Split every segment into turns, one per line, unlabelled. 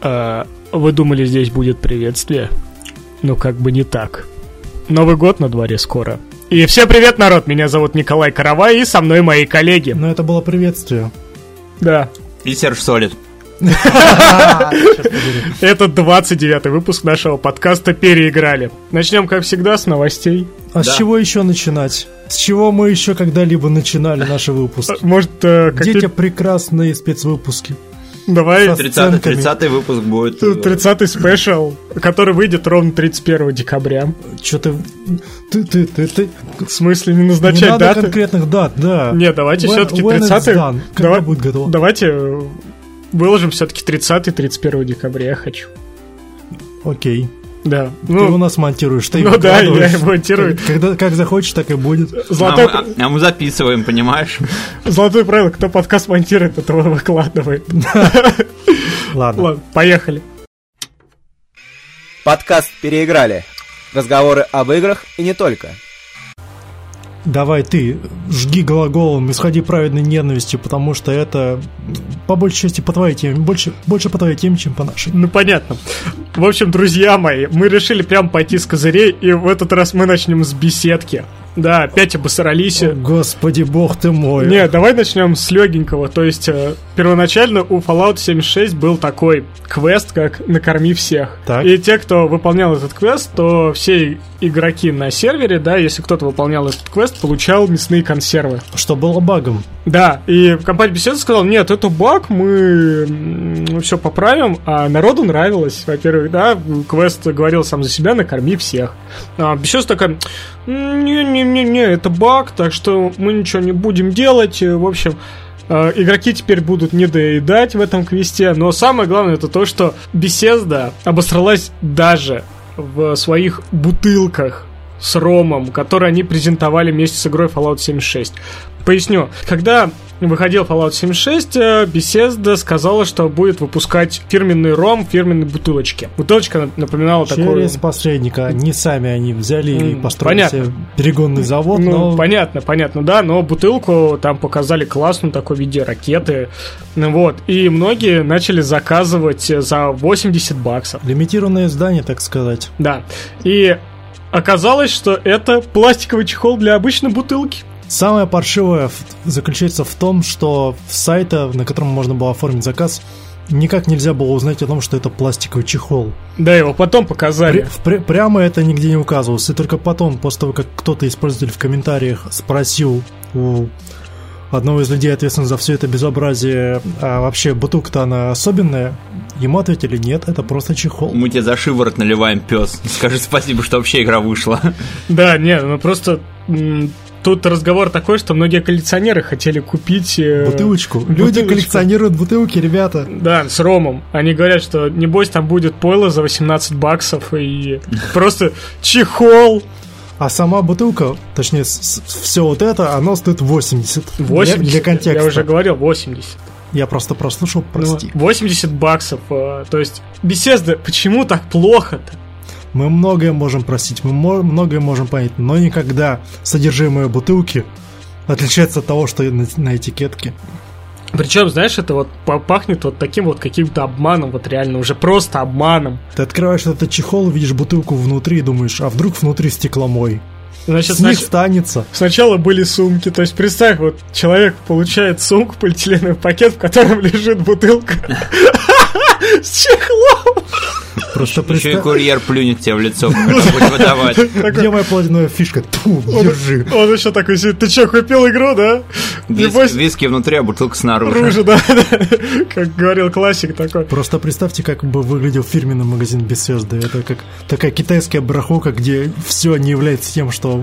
А, Вы думали, здесь будет приветствие? Ну, как бы не так. Новый год на дворе скоро. И всем привет, народ! Меня зовут Николай Каравай, и со мной мои коллеги.
Но это было приветствие.
Да,
И Серж Солид.
это 29-й выпуск нашего подкаста «Переиграли». Начнем, как всегда, с новостей.
А
Да.
с чего еще начинать? С чего мы еще когда-либо начинали наши
Э,
выпуски?
Может, э,
Где
какие...
те прекрасные спецвыпуски?
Давай...
Со
30-й,
сценками.
30-й выпуск будет. э,
30-й спешл, который выйдет ровно 31 декабря.
Че ты... Ты, ты, ты, ты...
В смысле, не
Не
назначать
надо
даты?
конкретных дат, да.
Нет, давайте
When-
все-таки
when it's
30
done? Когда
Давай-
будет готово?
Давайте э, выложим все-таки 30 31 декабря, я хочу.
Окей.
Да.
Ты у
Ну,
нас монтируешь, ты
ну
его
да,
выкладываешь.
я его монтирую.
Как- Когда, как захочешь, так и будет.
А
золотое,
мы, а- а мы записываем, понимаешь?
золотое правило, кто подкаст монтирует, этого выкладывает.
Ладно.
Ладно, поехали.
Подкаст «Переиграли». Разговоры об играх и не только.
Давай ты, жги глаголом, исходи праведной ненавистью, потому что это по большей части по твоей теме. Больше, больше по твоей теме, чем по нашей.
Ну, понятно. В общем, друзья мои, мы решили прям пойти с козырей, и в этот раз мы начнем с беседки. Да, опять обосрались.
Господи, бог ты мой.
Не, давай начнем с легенького. То есть, э, первоначально у Fallout 76 был такой квест, как «Накорми всех».
Так.
И те, кто выполнял этот квест, то все игроки на сервере, да, если кто-то выполнял этот квест, получал мясные консервы.
Что было багом.
Да, и компания Bethesda сказала, нет, это баг, мы все поправим, а народу нравилось, во-первых, да, квест говорил сам за себя, накорми всех. А Bethesda такая, не-не-не-не, это баг, так что мы ничего не будем делать, э, в общем... э, Игроки теперь будут недоедать в этом квесте, но самое главное это то, что беседа обосралась даже в своих бутылках с ромом, который они презентовали вместе с игрой Fallout 76. Поясню. Когда выходил Fallout 76, э, Bethesda сказала, что будет выпускать фирменный ром в фирменной бутылочке. Бутылочка нап- напоминала такую...
Через посредника. Они сами они взяли и
М,
построили
понятно.
себе перегонный завод,
Ну,
но
понятно, понятно, да, но бутылку там показали классную такой в виде ракеты. Ну вот, и многие начали заказывать э, за 80 баксов.
лимитированное издание, так сказать.
Да. И оказалось, что это пластиковый чехол для обычной бутылки.
Самое паршивое в- заключается в том, что в сайта, на котором можно было оформить заказ, никак нельзя было узнать о том, что это пластиковый чехол.
Да, его потом
Пре-
показали.
в- пре- прямо это нигде не указывалось. И только потом, после того, как кто-то из пользователей в комментариях спросил у одного из людей, ответственного за все это безобразие, а вообще бутылка-то она особенная, ему ответили, нет, это просто чехол.
Мы тебе за шиворот наливаем, пес. Скажи спасибо, что вообще игра вышла.
Да, не, ну просто м, тут разговор такой, что многие коллекционеры хотели купить... э,
Бутылочку. Люди
бутылочку.
коллекционируют бутылки, ребята.
Да, с Ромом. Они говорят, что небось там будет пойло за 18 баксов и просто чехол.
А сама бутылка, точнее, все вот это, она стоит 80. Для-
80.
Для, контекста.
Я уже говорил, 80.
Я просто прослушал,
Ну,
прости.
80 баксов. э, То есть, беседа, почему так плохо-то?
Мы многое можем простить, мы мо- многое можем понять, но никогда содержимое бутылки отличается от того, что на, на этикетке.
Причем, знаешь, это вот па- пахнет вот таким вот каким-то обманом, вот реально, уже просто обманом.
Ты открываешь этот чехол, видишь бутылку внутри и думаешь, а вдруг внутри стекломой?
Значит,
С них
знаешь,
станется.
Сначала были сумки, то есть представь, вот человек получает сумку, полиэтиленовый пакет, в котором лежит бутылка с чехлом.
Просто
Еще и
представь,
курьер плюнет тебе в лицо, когда будет выдавать.
где моя платиновая фишка? Ту, держи.
Он еще такой сидит, ты что, купил игру, да? Небось,
Вис- Виски внутри, а бутылка снаружи.
оружие, да, да. Как говорил классик такой.
Просто представьте, как бы выглядел фирменный магазин Bethesda. Это как такая китайская барахолка, где все не является тем, что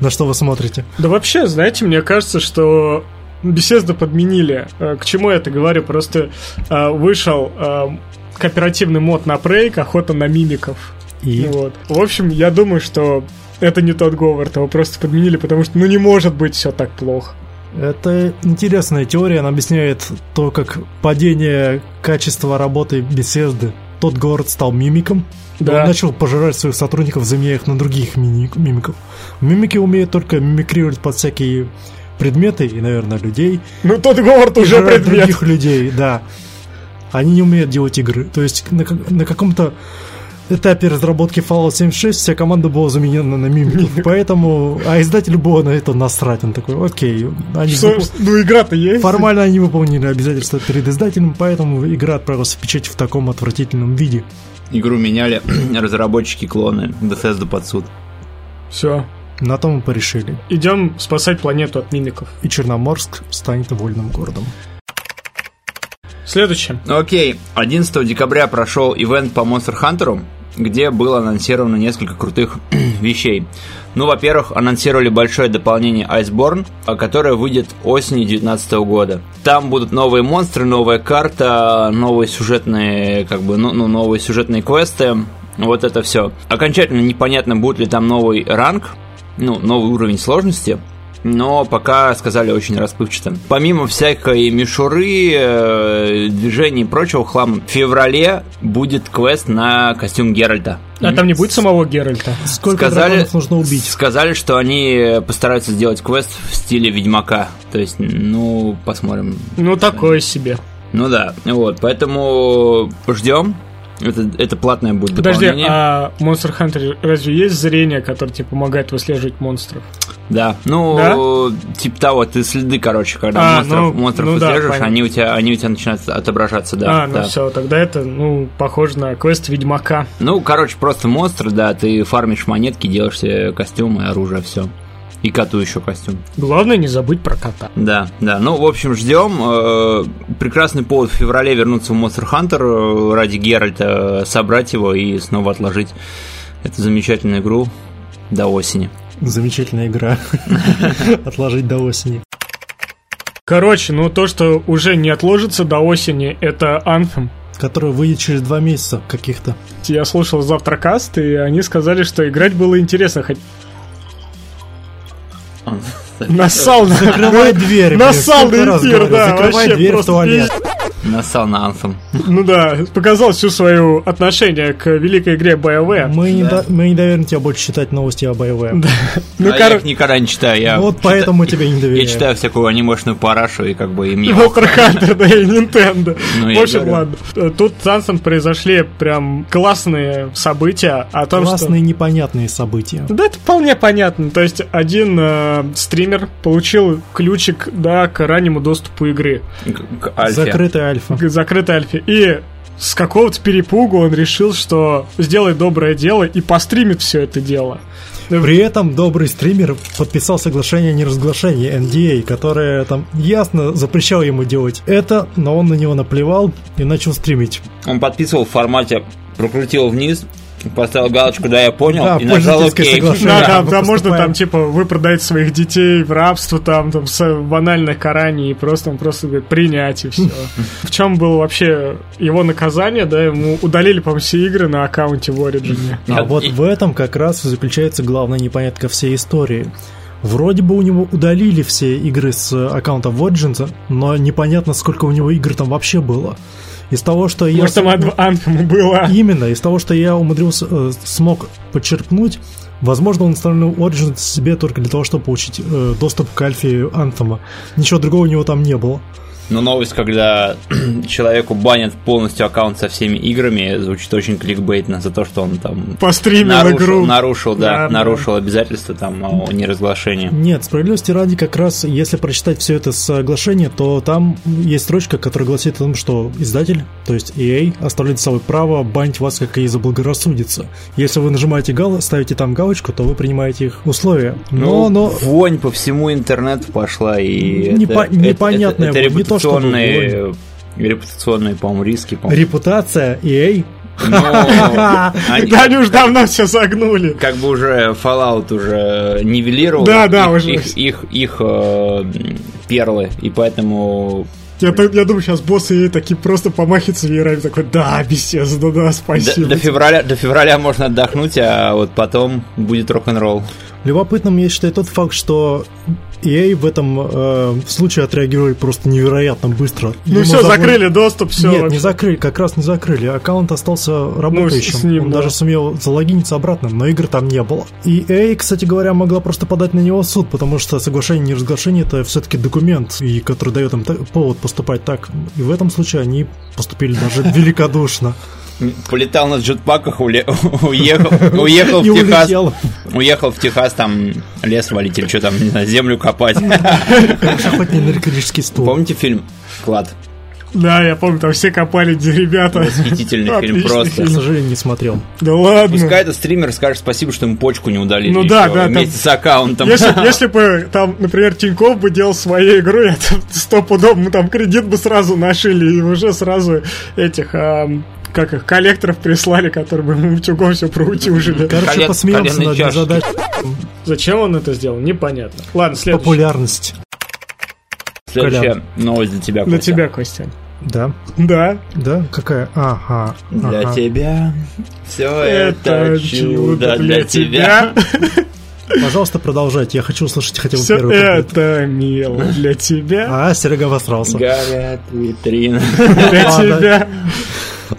на что вы смотрите.
Да вообще, знаете, мне кажется, что беседу подменили. Э, К чему я это говорю? Просто э, вышел э, кооперативный мод на Прейк, охота на мимиков.
И
Вот. В общем, я думаю, что это не тот Говард, его просто подменили, потому что ну не может быть все так плохо.
это интересная теория, она объясняет то, как падение качества работы Bethesda. Тот город стал мимиком,
Да.
он начал пожирать своих сотрудников, заменяя их на других мини- мимиков. Мимики умеют только мимикрировать под всякие предметы и, наверное, людей.
Ну тот Говард уже
Пожирать
предмет.
других людей, да. они не умеют делать игры. То есть на, как- на каком-то этапе разработки Fallout 76 вся команда была заменена на мимиков, поэтому... А издатель было на это насрать. Он такой, окей, они
Что-
запу-
ну, игра-то есть.
формально они выполнили обязательства перед издателем, поэтому игра отправилась в печать в таком отвратительном виде.
Игру меняли разработчики клоны. Bethesda под суд.
Все.
На том и порешили.
Идем спасать планету от мимиков.
И Черноморск станет вольным городом.
Следующее.
Ну, Окей, 11 декабря прошел ивент по Monster Hunter, где было анонсировано несколько крутых вещей. Ну, во-первых, анонсировали большое дополнение Iceborne, а которое выйдет осенью 2019 года. Там будут новые монстры, новая карта, новые сюжетные, как бы, ну, ну, новые сюжетные квесты, вот это все. Окончательно непонятно, будет ли там новый ранг, ну, новый уровень сложности, но пока сказали очень расплывчато. Помимо всякой мишуры, э, движений и прочего хлама, в феврале будет квест на костюм Геральта.
А там не будет самого Геральта?
Сколько драконов нужно убить?
Сказали, что они постараются сделать квест в стиле Ведьмака. То есть, ну, посмотрим.
Ну, такое себе.
Ну да, вот, поэтому ждем. Это, это платное будет
Подожди,
дополнение.
а в Monster Hunter разве есть зрение, которое тебе помогает выслеживать монстров?
Да, ну, типа того, ты следы, короче,
А,
когда монстров,
ну,
монстров
ну да,
выслеживаешь,
понятно.
они, у тебя, они у тебя начинают отображаться, да.
а, ну
да.
все, тогда это, ну, похоже на квест Ведьмака.
Ну, короче, просто монстр, да, ты фармишь монетки, делаешь себе костюм и оружие, все. И коту еще костюм.
Главное не забыть про кота.
Да, да. Ну, в общем, ждем. Э, прекрасный повод в феврале вернуться в Monster Hunter э, ради Геральта, э, собрать его и снова отложить эту замечательную игру до осени.
Замечательная игра. Отложить до осени.
Короче, ну то, что уже не отложится до осени, это Anthem.
Которая выйдет через два месяца каких-то.
Я слушал завтра каст, и они сказали, что играть было интересно. Хоть... Нассал на...
Закрывай дверь. блин,
Нассал
сколько
на
раз
эфир,
говорю,
да,
Закрывай
вообще
дверь в
просто
туалет.
Нассал на Anthem.
Ну да, показал всю свою отношение к великой игре BioWare.
Мы не, да- мы не доверим тебе больше читать новости о боевой.
Ну,
а я
короче,
их никогда не читаю. Я
Вот
чита-
поэтому тебе не
Я
доверяю.
читаю всякую анимешную парашу и как бы и мне.
Monster Hunter, да, и Nintendo.
Ну, я
в общем,
говорю.
ладно. Э, Тут с Ансом произошли прям классные события о том,
Классные непонятные события.
что... Да, это вполне понятно. То есть один э, стример получил ключик да, к раннему доступу игры,
К- к Альфе.
Закрытая альфа.
к закрытой альфе. И с какого-то перепугу он решил, что сделает доброе дело и постримит все это дело.
При этом добрый стример подписал соглашение о неразглашении NDA, которое там ясно запрещало ему делать это, но он на него наплевал и начал стримить.
Он подписывал в формате, прокрутил вниз, поставил галочку «Да, я понял»
Да,
и нажал
пользовательское
«Окей».
соглашение.
Да,
Да,
да,
мы
да, можно
поступаем.
там, типа, вы продаете своих детей в рабство, там, там, с- в банальное карание, и просто он просто говорит, принять, и все. В чем было вообще его наказание, да, ему удалили, по-моему, все игры на аккаунте в Ориджине.
А
Я-
вот
и-
в этом как раз и заключается главная непонятка всей истории. Вроде бы у него удалили все игры с э, аккаунта Воджинса, но непонятно, сколько у него игр там вообще было. Из того, что я...
Может, там Ant- Anthem было.
Именно, из того, что я умудрился, э, смог подчеркнуть, возможно, он установил Origin себе только для того, чтобы получить э, доступ к альфе Антома. Ничего другого у него там не было.
Но новость, когда человеку банят полностью аккаунт со всеми играми, звучит очень кликбейтно за то, что он там
Постримил
нарушил,
игру.
нарушил,
Да,
да,
да.
нарушил обязательства там о неразглашении.
Нет, справедливости ради, как раз, если прочитать все это соглашение, то там есть строчка, которая гласит о том, что издатель, то есть EA, оставляет за собой право банить вас, как и заблагорассудится. Если вы нажимаете гал, ставите там галочку, то вы принимаете их условия. Но,
Ну,
но
вонь по всему интернету пошла и
Не
это-
по-
это,
непонятная
это, это
вонь, не то, чтобы
репутационные, репутационные, по-моему, риски, по-моему.
репутация E EA...
Но они-
Да, они уже давно все загнули.
как бы уже Fallout уже нивелировал
Да, да,
их,
уже.
их, их, их, э, м, перлы, и поэтому
Я, так- я думаю, сейчас боссы ей такие просто помахиваются веерами, такой, да, беседа, да,
до,
спасибо.
до февраля, до февраля можно отдохнуть, а вот потом будет рок-н-ролл.
Любопытным я считаю тот факт, что EA в этом э, случае отреагировали просто невероятно быстро.
Ну
Ему
все,
забыл-
закрыли доступ, все.
Нет, не закрыли, как раз не закрыли. Аккаунт остался работающим.
Ну, с ним,
Он
да.
даже сумел залогиниться обратно, но игр там не было. И EA, кстати говоря, могла просто подать на него в суд, потому что соглашение не разглашение это все-таки документ, и который дает им та- повод поступать так. И в этом случае они поступили даже великодушно.
Полетал на джетпаках, уле- уехал, уехал в
И
Техас.
улетел.
Уехал в Техас, там лес валить или что там, не знаю, землю копать.
Хорошо, хоть не на электрический стул.
Помните фильм «Клад»?
Да, я помню, там все копали, где ребята.
Восхитительный фильм
Отличный
просто.
К сожалению, не смотрел.
Да ладно.
Пускай этот стример скажет спасибо, что ему почку не удалили.
Ну да,
еще
да, там-
Вместе с аккаунтом.
Если, если бы там, например, Тиньков бы делал свою игру, это стопудово мы там кредит бы сразу нашили и уже сразу этих, ам, как их, коллекторов прислали, которые бы мы утюгом все проутюжили.
Короче,
Колен-
посмеемся
коленной
над
чашки.
задачей
Зачем он это сделал, непонятно. Ладно, следующий.
популярности.
Следующая новость для тебя,
Для
Костя.
тебя, Костя.
Да,
Да.
да, какая? Ага.
Для
ага.
тебя все это чудо для тебя.
Пожалуйста, продолжайте. Я хочу услышать хотя бы
Все
первый куплет.
это мило для тебя.
А, Серега обосрался.
Горят витрины.
Для
Ладно.
тебя.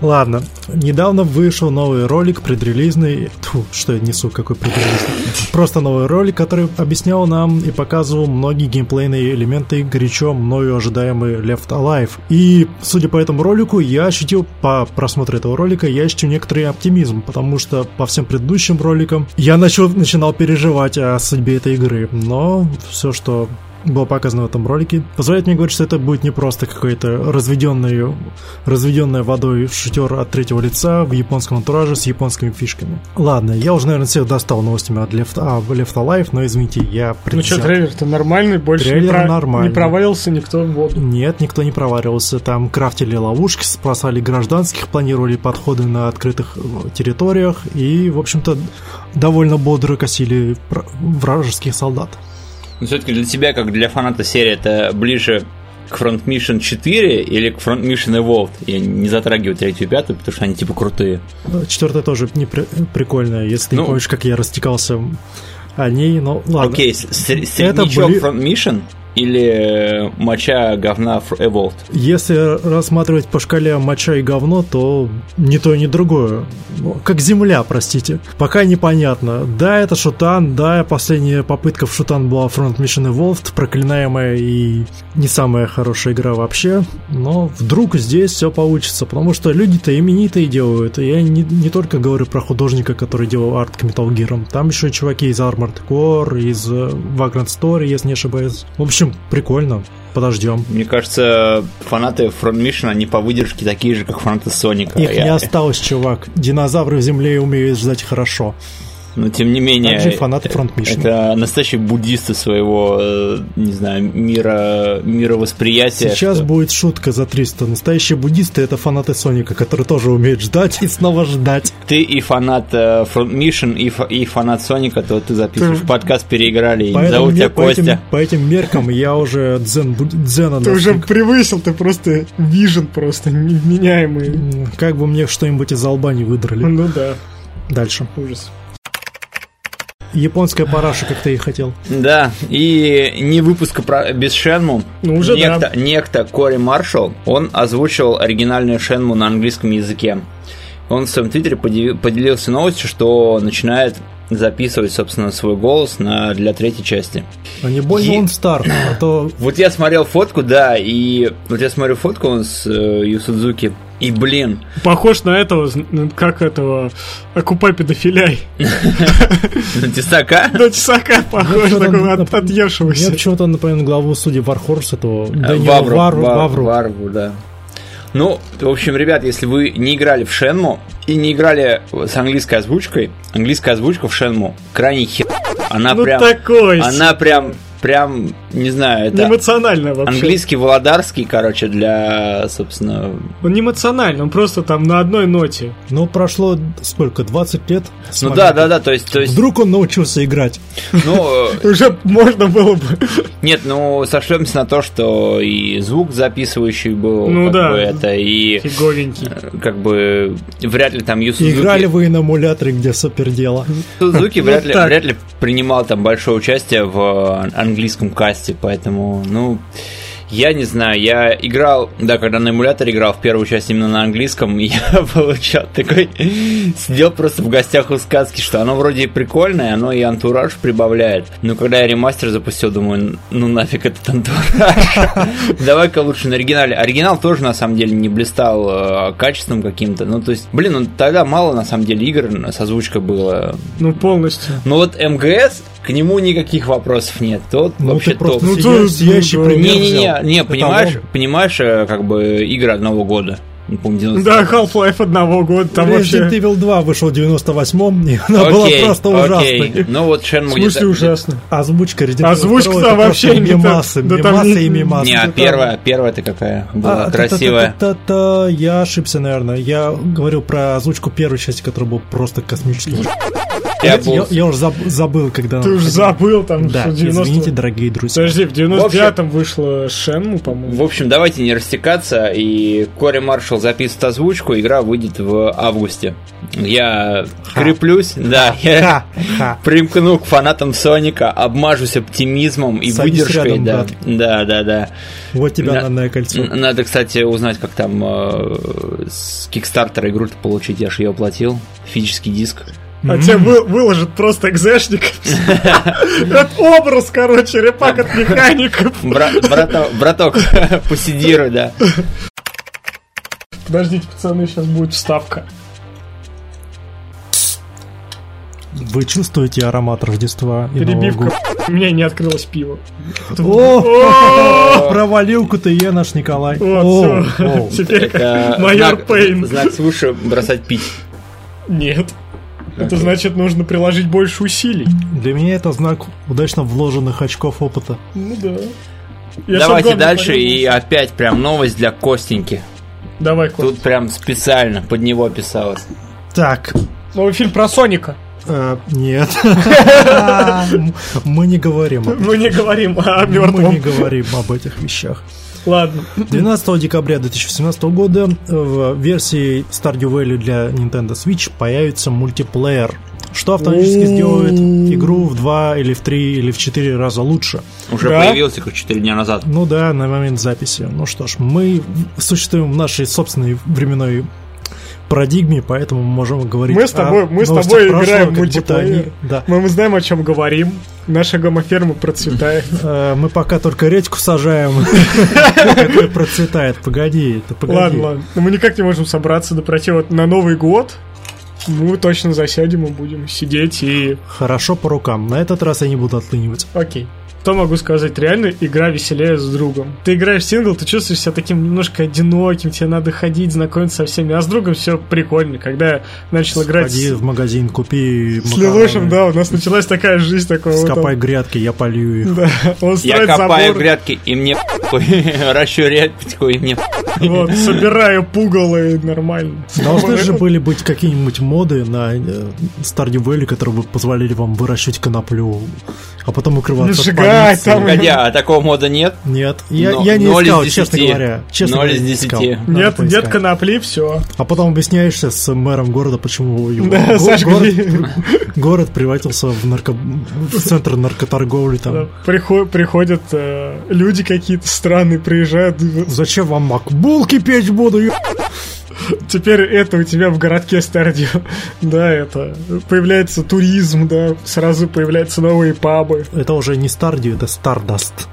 Ладно. Недавно вышел новый ролик предрелизный. Тьфу, что я несу, какой предрелизный. Просто новый ролик, который объяснял нам и показывал многие геймплейные элементы горячо мною ожидаемые Left Alive. И, судя по этому ролику, я ощутил, по просмотру этого ролика, я ощутил некоторый оптимизм, потому что по всем предыдущим роликам я начал, начинал переживать о судьбе этой игры. Но все, что было показано в этом ролике, позволяет мне говорить, что это будет не просто какой-то разведенный разведенная водой шутер от третьего лица в японском антураже с японскими фишками. Ладно, я уже, наверное, всех достал новостями от Left, а, Left Alive, но извините, я
Ну что,
предвзят.
трейлер-то нормальный, больше не,
Трейлер
про-
нормальный.
не провалился никто в воду.
Нет, никто не проваривался. Там крафтили ловушки, спасали гражданских, планировали подходы на открытых э, территориях и, в общем-то, довольно бодро косили пра- вражеских солдат.
Но все-таки Ну, для тебя, как для фаната серии, это ближе к Front Mission 4 или к Front Mission Evolved? Я не затрагиваю третью и пятую, потому что они типа крутые.
Э, Четвертая тоже не при- прикольная, если ты
Ну.
помнишь, как я растекался о ней, но ладно.
Окей, с- с- среднячок
были-
Front Mission или э, моча говна фр- Evolved?
Если рассматривать по шкале моча и говно, то ни то, ни другое. Ну, Как земля, простите. Пока непонятно. Да, это шутан, да, последняя попытка в шутан была Front Mission Evolved, проклинаемая и не самая хорошая игра вообще. Но вдруг здесь все получится, потому что люди-то именитые делают. И я не, не только говорю про художника, который делал арт к Metal Gear. Там еще чуваки из Armored Core, из э, Vagrant Story, если не ошибаюсь. В общем, прикольно. Подождем.
Мне кажется, фанаты Front Mission, они по выдержке такие же, как фанаты Соника.
Их не
Я-
осталось, чувак. Динозавры в земле умеют ждать хорошо.
Но тем не менее...
Также и фанаты
э,
Front Mission.
Это настоящие буддисты своего, э, не знаю, мира, мировосприятия.
Сейчас
что-
будет шутка за 300. Настоящие буддисты — это фанаты Соника, которые тоже умеют ждать и снова ждать.
ты и фанат э, Front Mission, и, фа- и фанат Соника, то ты записываешь
Ты-
подкаст, переиграли, и
Поэтому
зовут
мне
тебя
по,
Костя.
этим, по этим меркам я уже дзен, буд- дзена
Ты уже
достиг.
превысил, ты просто вижен просто невменяемый.
М, Как бы мне что-нибудь из Албании выдрали.
Ну да,
Дальше.
ужас.
Японская параша, как ты и хотел.
Да, и не выпуска про... без Шенму.
Ну, уже да.
некто, некто Кори Маршалл, он озвучивал оригинальную Шенму на английском языке. Он в своем твиттере подиви- поделился новостью, что начинает записывать, собственно, свой голос на... для третьей части.
А не больно
Е-
он стар, а то...
Вот я смотрел фотку, да, и вот я смотрю фотку он с э, Юсудзуки, и, блин,
Похож на этого, зн- как этого, окупай педофиляй.
на тесака...
На тесака похож,
Мне
такой
почему-то
от,
нап- Мне
отъевшегося.
почему-то он напоминает главу судьи Вархорс, этого Дэниела
Э, Вавру,
Вару-
Ва-
Вавру.
Варву, да. Ну, в общем, ребят, если вы не играли в Шенму и не играли с английской озвучкой, английская озвучка в Шенму крайне хер. Она
Ну
прям,
такой, себе,
она прям, прям, не знаю, это
неэмоционально вообще.
английский володарский, короче, для, собственно, ну
Он не эмоционально, он просто там на одной ноте.
Ну, прошло сколько, 20 лет? с
ну да,
момента?
да, да, то есть, то есть,
Вдруг он научился играть.
ну, э,
Уже можно было бы.
нет, ну, сошлемся на то, что и звук записывающий был,
Ну
как
да.
бы это, и
Фиговенький.
э, как бы вряд ли там
И
Юсузуки...
Играли вы на эмуляторе, где супер дело.
Сузуки
Ну,
вряд ли,
так.
вряд ли принимал там большое участие в э, английском касте, поэтому, ну, я не знаю, я играл, да, когда на эмуляторе играл в первую часть именно на английском, я получал такой, сидел просто в гостях у сказки, что оно вроде и прикольное, оно и антураж прибавляет. Но когда я ремастер запустил, думаю, ну нафиг этот антураж. Давай-ка лучше на оригинале. Оригинал тоже, на самом деле, не блистал э, качеством каким-то. Ну, то есть, блин, ну, тогда мало, на самом деле, игр с озвучкой было.
Ну, полностью.
Но вот МГС, к нему никаких вопросов нет. Тот
Ну,
вообще
ты
топ.
просто
Ну,
сия-
ты-
сияющий
ну, да.
пример
Не-не-не,
взял.
не,
Это
понимаешь,
он.
понимаешь, э, как бы игры одного года. Ну, помню, 90
Да, Half-Life одного года, там
Resident
вообще...
Evil 2 вышел в 98-м, и она была
Окей,
просто
окей.
ужасной.
Ну вот Шенму
В смысле ужасно.
Озвучка Resident Evil
Озвучка
2
там
это
вообще
просто
не та-
мемасы,
да там
мемасы
не-
и мемасы.
Не, а
Это там-
первая, первая-то какая была
А,
красивая.
та-та-та-та-та, Я ошибся, наверное. Я говорил про озвучку первой части, которая была просто космической. Я,
Я был-
А я- я уже заб- забыл, когда...
Ты
она
уже
выходила.
забыл там,
Да,
что 90...
извините, дорогие друзья.
Подожди, в 99-м вышло Шенму,
В
по-моему.
общем, давайте не растекаться, и Кори Маршалл записывает озвучку, игра выйдет в августе. Я креплюсь, да, я
Ха, ха.
примкну к фанатам Соника, обмажусь оптимизмом и
Садись
выдержкой,
рядом,
да.
брат.
Да, да, да.
Вот тебя
Да.
данное кольцо.
Н- Надо, кстати, узнать, как там э, с Кикстартера игру-то получить, я же ее оплатил. Физический диск.
А тебе вы- выложат просто экзешник. Этот образ, короче, репак от механиков.
Бра- брата- браток, посидируй, да.
Подождите, пацаны, сейчас будет вставка.
Вы чувствуете аромат Рождества и
Перебивка.
Нового
У меня не открылось пиво.
года? О, провалилку ты, е наш Николай.
Вот,
О, о.
все. Теперь
Это
майор
Э, знак-
Пейн.
Знак свыше бросать пить.
Нет. Это значит, нужно приложить больше усилий.
Для меня это знак удачно вложенных очков опыта.
Ну да. Я
Давайте
шотган
дальше
не
и опять прям новость для Костеньки.
понял. Давай, Кот.
Тут прям специально под него писалось.
Так,
Новый фильм про Соника.
э, нет. Мы не говорим об
Мы не говорим о
Мы не
мертвом.
говорим об этих вещах.
Ладно.
12 декабря 2017 года в версии Stardew Valley для Nintendo Switch появится мультиплеер, что автоматически сделает игру в 2 или в 3 или в 4 раза лучше.
Уже
Да.
появился как 4 дня назад.
Ну да, на момент записи. Ну что ж, мы существуем в нашей собственной временной парадигме, поэтому мы можем говорить
Мы с тобой-
о
мы с
новостях
тобой
прошлого,
играем в
как будто они-
мультиплеер.
Да.
Ну, Мы мы знаем, о чем говорим. Наша гомоферма процветает.
Э, Мы пока только редьку сажаем, которая процветает. Погоди, это погоди.
Ладно, ладно. Но мы никак не можем собраться до протива. Вот На Новый год мы точно засядем и будем сидеть и...
Хорошо по рукам. На этот раз я не буду отлынивать.
Окей. Что могу сказать? Реально, игра веселее с другом. Ты играешь в сингл, ты чувствуешь себя таким немножко одиноким, тебе надо ходить, знакомиться со всеми. А с другом все прикольно. Когда я начал играть
Сходи
с,
в магазин, купи
с
макароны,
Лилошем, да, у нас началась такая жизнь такого. вот
Скопай
он-
грядки, я полью их.
Да, он
Я
строит
копаю
забор,
грядки, и мне похуй. ращу рядку, и мне похуй.
вот, собираю пугало и нормально.
Должны же были быть какие-нибудь моды на э, Stardew Valley, которые бы позволяли вам выращивать коноплю, а потом укрываться от
Сжигать
полиции.
там.
Хотя, а такого мода нет.
Нет, я,
Но-
я не
ноль из
искал,
десяти.
честно говоря. Честно
Ноль
говоря,
из
не
десяти.
искал. Надо
Нет, нет
поискать.
конопли, все.
А потом объясняешься с мэром города, почему его
Да,
го- город,
сожгли.
город превратился в, нарко... в центр наркоторговли. Там.
Да, прихо- Приходят э, люди какие-то странные, приезжают. э,
Зачем вам макбулки печь буду? ё-
Теперь это у тебя в городке Стардио. Да, это. Появляется туризм, да. Сразу появляются новые пабы.
Это уже не Стардию, это Стардаст.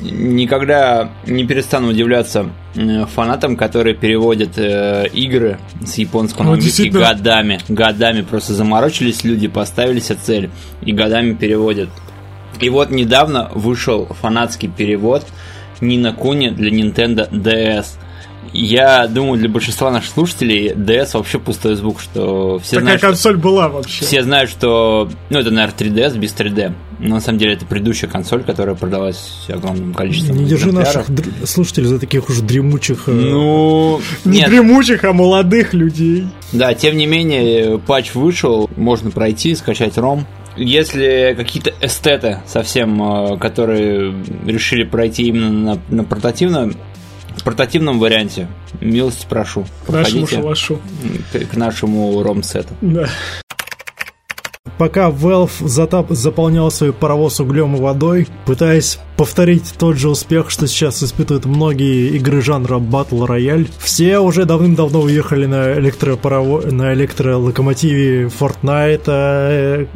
Никогда не перестану удивляться э, фанатам, которые переводят э, игры с японского на
Ну,
английский
действительно.
годами. Годами просто заморочились люди, поставили себе цель и годами переводят. И вот недавно вышел фанатский перевод Нина Куни для Nintendo DS. Я думаю, для большинства наших слушателей DS вообще пустой звук, что все
Такая
знают, что-
консоль была вообще.
все знают, что... Ну, это, наверное, 3DS без 3D. Но на самом деле это предыдущая консоль, которая продалась огромным количеством.
Не держи
экземпляров.
наших др- слушателей за таких уж дремучих. э,
Ну,
Не
нет.
дремучих, а молодых людей.
Да, тем не менее, патч вышел, можно пройти, скачать ром. Если какие-то эстеты совсем, э, которые решили пройти именно на, на портативном, в портативном варианте, милости прошу,
К нашему
подходите
шалашу.
к, к нашему ром-сету.
Да.
пока Valve затап- заполнял свой паровоз углем и водой, пытаясь повторить тот же успех, что сейчас испытывают многие игры жанра Battle Royale, все уже давным-давно уехали на, электропарово- на электролокомотиве Fortnite, э,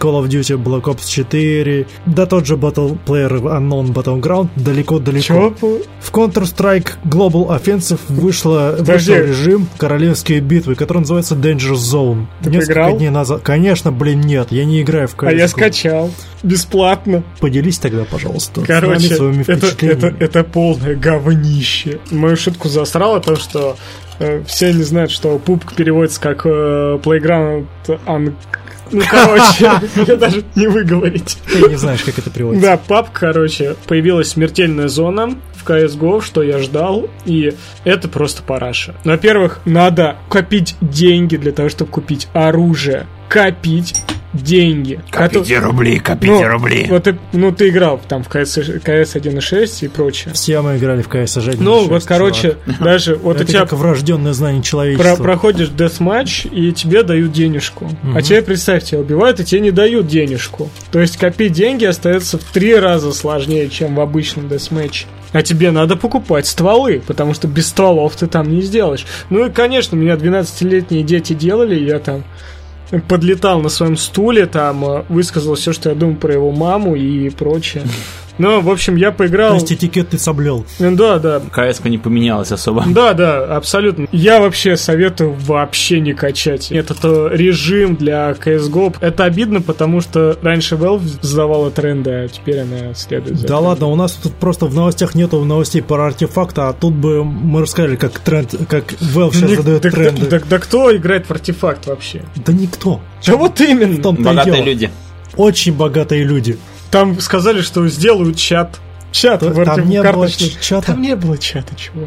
Call of Duty Black Ops 4, да тот же Battle Player Unknown Battleground далеко-далеко.
Чего?
В Counter-Strike Global Offensive вышло,
Подожди.
вышел режим королевские битвы, который называется Danger Zone.
Ты
Несколько
поиграл?
дней назад. Конечно, блин, нет, я не играю в
А
королевскую.
я скачал. Бесплатно.
Поделись тогда, пожалуйста, с нами
Короче,
своими
это, это,
впечатлениями.
это полное говнище. Мою шутку засрало то, что э, все не знают, что пупк переводится как э, Playground Unc- Ну, короче, я даже не выговорить.
Ты не знаешь, как это приводится.
Да, пап, короче, появилась смертельная зона в CSGO, что я ждал, и это просто параша. Во-первых, надо копить деньги для того, чтобы купить оружие. Копить деньги. Кото-
Копите рубли, копите
ну,
рубли.
Вот ты, ну, ты играл там в CS, CS 1.6 и прочее.
Все мы играли в КСЖ.
Ну, вот, короче, даже вот у
это
тебя
как врожденное знание
про-
человечества.
проходишь deathmatch, и тебе дают денежку. А тебе, представь, тебя убивают, и тебе не дают денежку. То есть копить деньги остается в три раза сложнее, чем в обычном deathmatch. А тебе надо покупать стволы, потому что без стволов ты там не сделаешь. Ну и, конечно, меня 12-летние дети делали, и я там подлетал на своем стуле, там э, высказал все, что я думаю про его маму и прочее. Ну, в общем, я
То
поиграл...
есть этикет ты соблел.
Да, да,
кс не поменялась
Ну,
особо.
да, да, абсолютно. Я вообще советую вообще не качать этот э, режим для CSGO. Это обидно, потому что раньше Valve сдавала тренды, а теперь она следует. за
Да
трендом.
ладно, у нас тут просто в новостях нету новостей про артефакта, а тут бы мы рассказали, как тренд, как Valve сейчас
Ник-
задает
да, кто-
тренды.
да- да кто играет в артефакт вообще?
Да никто.
Да вот именно.
В том-то и
Богатые
дело.
люди.
Очень богатые люди.
Там сказали, что сделают чат. Чат
Т-
в
Там
артефакт-
не было
карточный.
ч- чата.
Там не было чата, чего.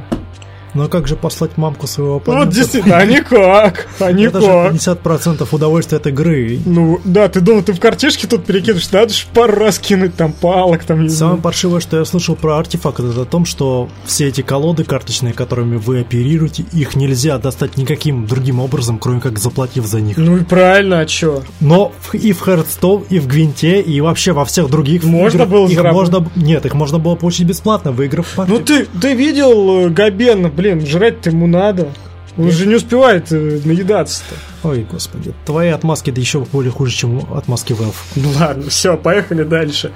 Но как же послать мамку своего
Ну
оппонента?
вот действительно, а никак, а
Это же
никак.
50% удовольствия от игры.
Ну, да, ты думал, ты в картишке тут перекидываешь, надо же пару раз кинуть там палок, там, не знаю.
Самое паршивое, что я слышал про артефакт, это о том, что все эти колоды карточные, которыми вы оперируете, их нельзя достать никаким другим образом, кроме как заплатив за них.
Ну и правильно, а чё?
Но в- и в Hearthstone, и в Гвинте, и вообще во всех других
Можно
играх
было
их
заработать?
можно б- Нет, их можно было получить бесплатно, выиграв партию.
Ну ты, ты видел э, Габена, блин, жрать-то ему надо. Он же не успевает э, наедаться-то.
Ой, господи, твои отмазки да еще более хуже, чем отмазки Valve.
Ну ладно, все, поехали дальше.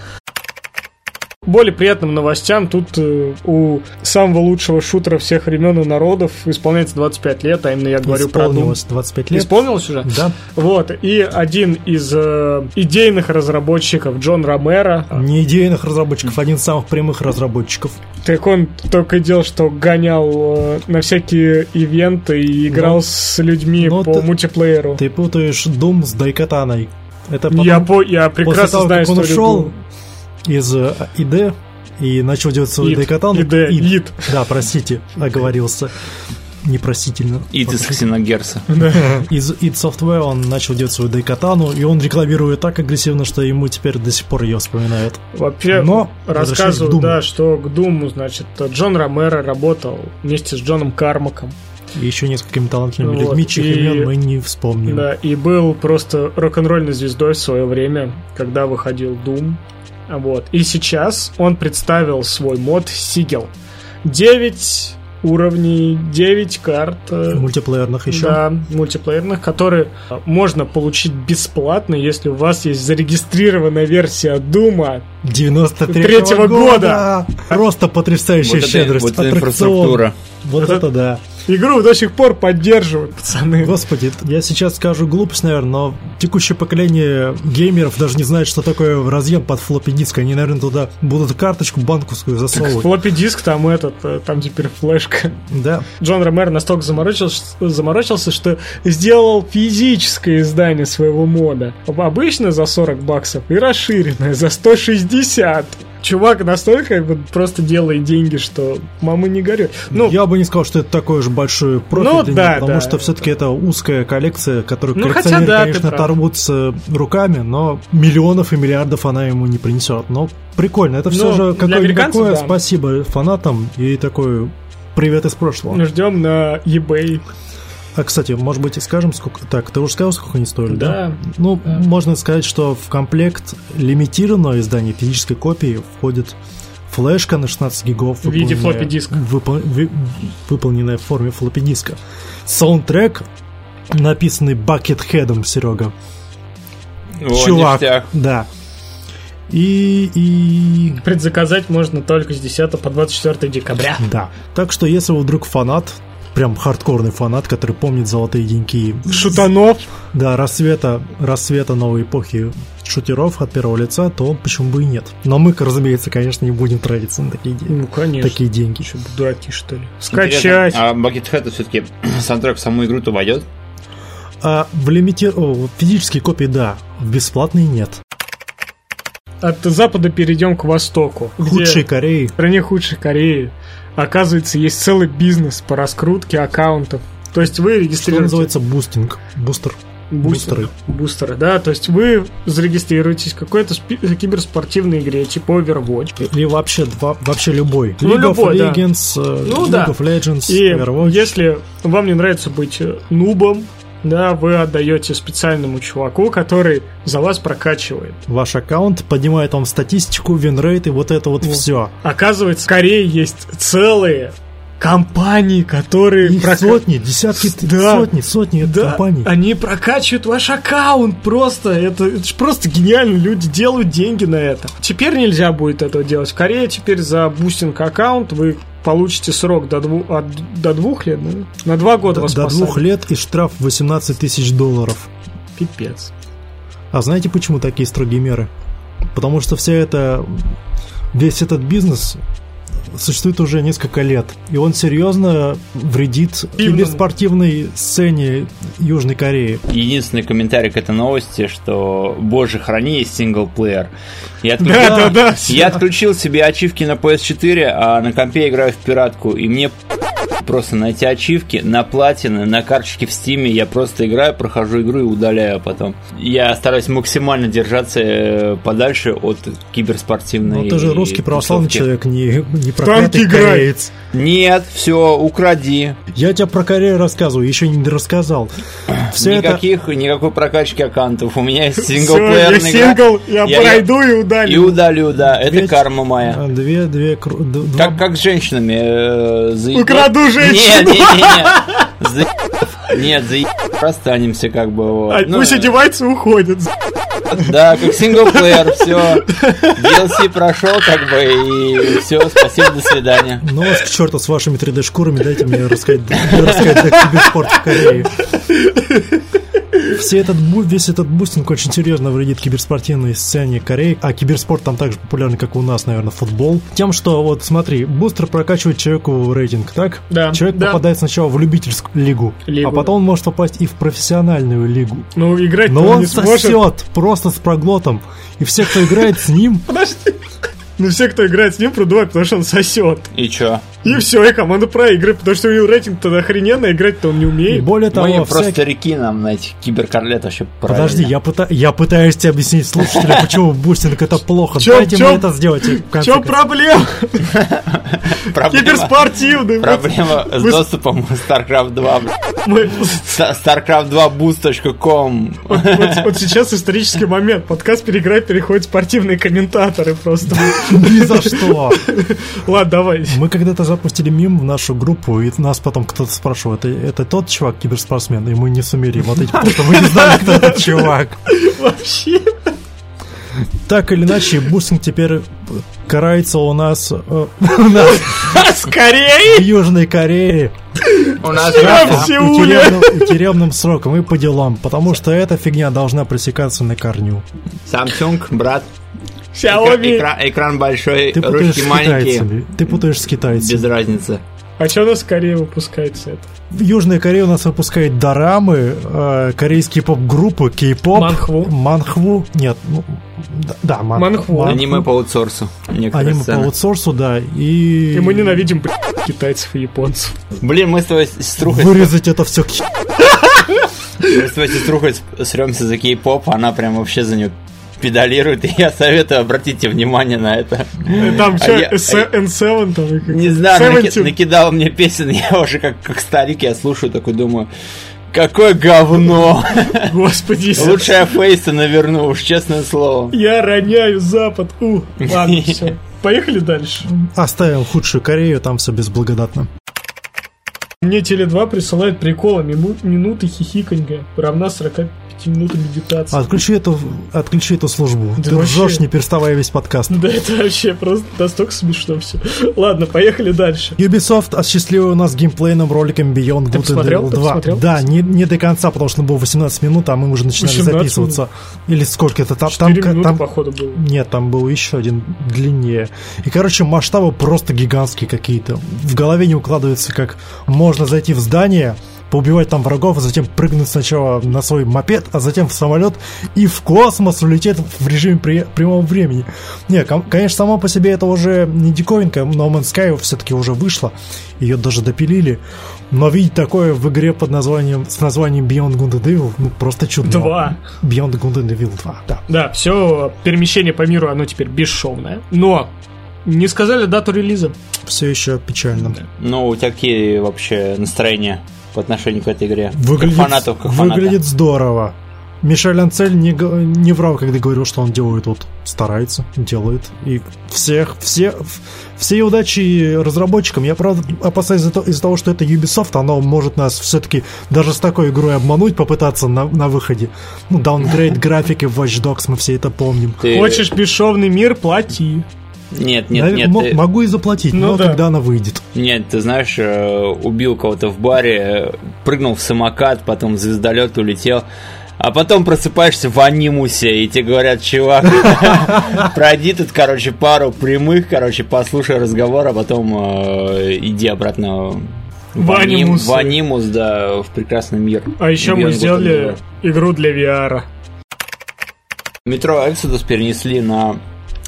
Более приятным новостям тут э, у самого лучшего шутера всех времен и народов исполняется 25 лет, а именно я говорю про Doom.
Исполнилось 25 лет.
Исполнилось уже?
Да.
Вот, и один из э, идейных разработчиков, Джон Ромеро,
Не идейных разработчиков, один из самых прямых разработчиков.
Так он только и делал, что гонял э, на всякие ивенты и играл с людьми
ну,
по
ты-
мультиплееру.
Ты путаешь Doom с Дайкатаной. Это потом,
я, по, я
после
прекрасно
того,
знаю,
как он
что
ушел из э, ИД и начал делать свою
Ид,
Дайкатану.
ИД,
Ид.
Ид.
Да, простите, оговорился. Непростительно.
И ты с Ксеногерса.
Из id Software он начал делать свою Дайкатану, и он рекламирует так агрессивно, что ему теперь до сих пор ее вспоминают.
Вообще,
Но
рассказываю,
возвращаясь к Doom.
да, что к Думу, значит, Джон Ромеро работал вместе с Джоном Кармаком.
И еще несколькими талантливыми
Вот,
людьми, чьих
и-
имен мы не вспомним.
Да, и был просто рок-н-ролльной звездой в свое время, когда выходил Doom. Вот. И сейчас он представил свой мод Сигел. 9 уровней, 9 карт. э,
Мультиплеерных еще.
Да, мультиплеерных, которые э, можно получить бесплатно, если у вас есть зарегистрированная версия Дума.
93
Третьего
года. Просто потрясающая
Вот это,
щедрость.
вот это
Аттракцион.
инфраструктура.
Вот
Это-
это да.
Игру до сих пор поддерживают, пацаны.
Господи, я сейчас скажу глупость, наверное, но текущее поколение геймеров даже не знает, что такое разъем под флоппи диск. Они, наверное, туда будут карточку банковскую засовывать.
Флоппи диск там этот, э, там теперь флешка.
Да.
Джон Ромер настолько заморочился, заморочился, что сделал физическое издание своего мода. Обычно за 40 баксов и расширенное за 160. Чувак настолько вот, просто делает деньги, что мама не горюй. Ну,
я бы не сказал, что это такой уж большой профиль,
Ну
для них,
да,
потому
да.
что все-таки это узкая коллекция, которую
Ну, хотя
коллекционеры,
да, ты
конечно,
прав.
оторвутся руками, но миллионов и миллиардов она ему не принесет. Но прикольно, это все
Ну,
же
для американцев,
какое-никакое
да. Ну.
спасибо фанатам и такой привет из прошлого.
ждем на eBay.
А, кстати, может быть, и скажем, сколько... Так, ты уже сказал, сколько они стоили, да?
Да.
Ну,
Да.
можно сказать, что в комплект лимитированного издания физической копии входит флешка на 16 гигов.
В виде
выполненная-
флоппи-диска.
выпо- вы- выполненная в форме флоппи-диска. Саундтрек, написанный Бакетхедом, Серега.
О,
Чувак.
ништяк.
Да. И, и...
Предзаказать можно только с 10 по 24 декабря.
Да. Так что, если вы вдруг фанат, прям хардкорный фанат, который помнит золотые деньги
Шутанов.
Да, рассвета, рассвета новой эпохи шутеров от первого лица, то почему бы и нет. Но мы, разумеется, конечно, не будем тратиться на такие, де-
Ну, конечно.
такие деньги.
Что, дураки, что ли? Скачать.
Интересно, А Buckethead все-таки саундтрек в саму игру-то войдет?
А в лимите... о, в физические копии, да, в бесплатные нет.
От запада перейдем к востоку. где
Худшие Кореи.
В стране худшей Кореи, оказывается, есть целый бизнес по раскрутке аккаунтов. То есть вы
Что
регистрируете...
называется бустинг? Бустер.
Бустеры. Бустеры, да. То есть вы зарегистрируетесь в какой-то спи- киберспортивной игре, типа Overwatch.
Или вообще, два, вообще любой.
Ну,
League
любой, да.
of Legends, э,
Ну,
League
да.
of Legends,
И
Overwatch.
если вам не нравится быть э, нубом, да, вы отдаете специальному чуваку, который за вас прокачивает.
Ваш аккаунт поднимает вам статистику, винрейт и вот это вот
Вот.
все.
Оказывается, в Корее есть целые компании, которые
Их
прока-
сотни, десятки,
Да.
сотни, сотни
Да,
компаний.
они прокачивают ваш аккаунт просто. Это, это ж просто гениально. Люди делают деньги на это. Теперь нельзя будет этого делать. В Корее теперь за бустинг аккаунт вы получите срок до, дву- от- до двух лет, ну, на два года
До
вас
до
посадят.
двух лет и штраф 18 тысяч долларов.
Пипец.
А знаете, почему такие строгие меры? Потому что вся эта... Весь этот бизнес существует уже несколько лет. И он серьезно вредит
Пивному.
киберспортивной сцене Южной Кореи.
Единственный комментарий к этой новости, что, боже, храни, есть синглплеер. Я отключил,
Да, да, да.
я отключил себе ачивки на PS4, а на компе играю в пиратку, и мне просто найти ачивки на платины, на карточке в стиме, я просто играю, прохожу игру и удаляю потом. Я стараюсь максимально держаться э, подальше от киберспортивной
Но Ну, ты же русский православный
Ну тусовки.
человек, не,
танки
не проклятый
играй.
кореец.
Нет, все, укради.
Я тебе про Корею рассказываю, еще не рассказал. Все это
Никаких, никакой прокачки аккаунтов. У меня есть
Всё, я
синглплеерная игра.
сингл, я,
Я-
пройду и удалю.
И удалю, да, это
Ведь-
карма моя.
а, две, две, кру- д- два-
Как, как с женщинами. э, заеб-
Украду
Нет,
женщину.
нет, нет, нет. Заеб- Нет, заеб- Расстанемся как бы. вот.
А
Ну,
Пусть одевается и уходит.
Да, как синглплеер, все. DLC прошел как бы и все, спасибо, до свидания.
Ну вас к черту с вашими 3D-шкурами, дайте мне рассказать, рассказать про киберспорт в Корее. Все этот, бу- весь этот бустинг очень серьезно вредит киберспортивной сцене Кореи, а киберспорт там так же популярный, как и у нас, наверное, футбол. Тем, что вот смотри, бустер прокачивает человеку рейтинг, так?
Да,
Человек
да.
попадает сначала в любительскую лигу,
Лигу.
а потом он может попасть и в профессиональную лигу.
Ну, играть
Но он
не сможет.
сосет просто с проглотом. И все, кто играет с ним,
Подожди. Ну, все, кто играет с ним, продувают, потому что он сосет.
И чё?
И все, и команда проигрывает, потому что у него рейтинг-то охрененно, а играть-то он не
и
умеет.
более
Мы
того, всякий-
просто реки нам на этих киберкорлет вообще
Подожди, я, пыта- я пытаюсь тебе объяснить слушателям, почему бустинг это плохо.
Чё-
Дайте
чё-
мне это сделать. и в
В
конце
чем
концов.
проблема?
Проблема,
Киберспортивный. вот
проблема с
Вы-
доступом в StarCraft 2. блин.
мы-
Ста- StarCraft2boost.com
Вот вот сейчас исторический момент. Подкаст «Переиграй» переходит в спортивные комментаторы просто.
Ни за что.
Ладно, давай.
Мы когда-то запустили мим в нашу группу, и нас потом кто-то спрашивал, это, это тот чувак киберспортсмен, и мы не сумели ему ответить, потому что мы не знали, кто этот чувак.
Вообще.
Так или иначе, бустинг теперь э, карается у нас, э, у нас
Скорее!
в Южной Корее
У нас
Всё, в
и
Сеуле.
тюремным, и тюремным сроком, и по делам, потому что эта фигня должна пресекаться на корню.
Samsung, брат. Экра-
Xiaomi.
экра- экран большой,
Ты путаешь
ручки
с
маленькие.
китайцами. Ты путаешь с китайцами.
Без разницы.
А что у нас скорее выпускается это?
Южная Корея у нас выпускает дорамы, э, корейские поп-группы, кей-поп.
Манхву.
Манхву. Нет, ну, да, да, ман-
Манхву.
Аниме по аутсорсу. некоторые
Аниме по
сцены.
аутсорсу, да, и...
И мы ненавидим блядь, китайцев и японцев.
Блин, мы с твоей сеструхой,
Вырезать это все
мы с твоей сеструхой с- сремся за кей-поп, она прям вообще за нее педалирует, и я советую обратите внимание на это.
Там
А
что,
я-
N7 там? и как-
Не знаю, наки-
17.
накидал мне песен, я уже как, как старик, я слушаю, такой думаю, какое говно!
Господи,
Лучше я фейса наверну, уж честное слово.
я роняю Запад. У, ладно, все. Поехали дальше.
Оставим худшую Корею, там все безблагодатно.
Мне Теле2 присылает приколы мину- минуты хихиканья равна 45 минутам медитации.
Отключи эту, отключи эту службу.
Да
Ты
вообще.
ржешь, не переставая весь подкаст.
Да это вообще просто настолько смешно все. Ладно, поехали дальше.
Ubisoft осчастливила нас геймплейным роликом Beyond Good and
посмотрел?
Evil
Ты
2.
посмотрел?
Да, не, не до конца, потому что было 18 минут, а мы уже начинали
18
записываться. Или сколько это там? А Там,
4 минуты,
там-
походу, было.
нет, там был еще один длиннее. И, короче, масштабы просто гигантские какие-то. В голове не укладывается, как можно зайти в здание, поубивать там врагов, а затем прыгнуть сначала на свой мопед, а затем в самолет и в космос улететь в режиме при- прямого времени. Не, ком- конечно, само по себе это уже не диковинка, но No Man's Sky все-таки уже вышла, ее даже допилили. Но видеть такое в игре под названием, с названием Beyond Good and Evil, ну, просто чудно.
Два.
Beyond Good and Evil 2, да.
Да, все перемещение по миру, оно теперь бесшовное. Но не сказали дату релиза.
Все еще печально.
Ну, у тебя какие вообще настроения по отношению к этой игре?
Выглядит,
как фанатов, как фаната.
выглядит здорово. Мишель Анцель не, г- не врал, когда говорил, что он делает вот старается, делает. И всех, все, всей удачи разработчикам. Я, правда, опасаюсь из-за то- из-за того, что это Ubisoft, оно может нас все-таки даже с такой игрой обмануть, попытаться на, на выходе. Ну, даунгрейд графики в Watch Dogs, мы все это помним.
Ты-
Хочешь бесшовный мир, плати.
Нет, нет,
Навер-
нет.
мо-
ты-
Могу и заплатить,
Ну
но
да.
когда она выйдет.
Нет, ты знаешь, э, убил кого-то в баре, э, прыгнул в самокат, потом в звездолет улетел. А потом просыпаешься в анимусе, и тебе говорят, чувак, пройди тут, короче, пару прямых, короче, послушай разговор, а потом э, иди обратно
В
аним-
анимусы.
в анимус, да, в прекрасный мир.
А еще
Где
мы
он,
сделали
господи,
игру для VR.
да. Метро Exodus перенесли на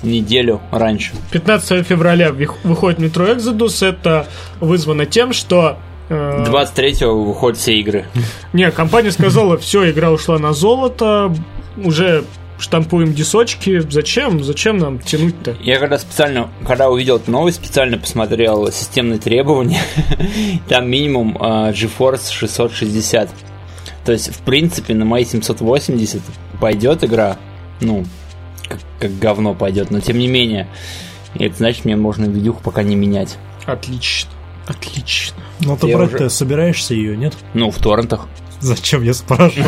неделю раньше.
15 февраля вих- выходит метро Exodus. Это вызвано тем, что... э,
23-го выходят все игры.
Не, компания сказала, все, игра ушла на золото, уже штампуем дисочки. Зачем? Ну, Зачем нам тянуть-то?
Я когда специально, когда увидел эту новость, специально посмотрел системные требования. Там минимум э, GeForce 660. То есть, в принципе, на мои 780 пойдет игра. Ну, как, как говно пойдет, но тем не менее. И это значит, мне можно видюху пока не менять.
Отлично. Отлично.
Но Ну, ты
Я
брать-то
уже-
собираешься ее, нет?
Ну, в торрентах.
Зачем я спрашивал?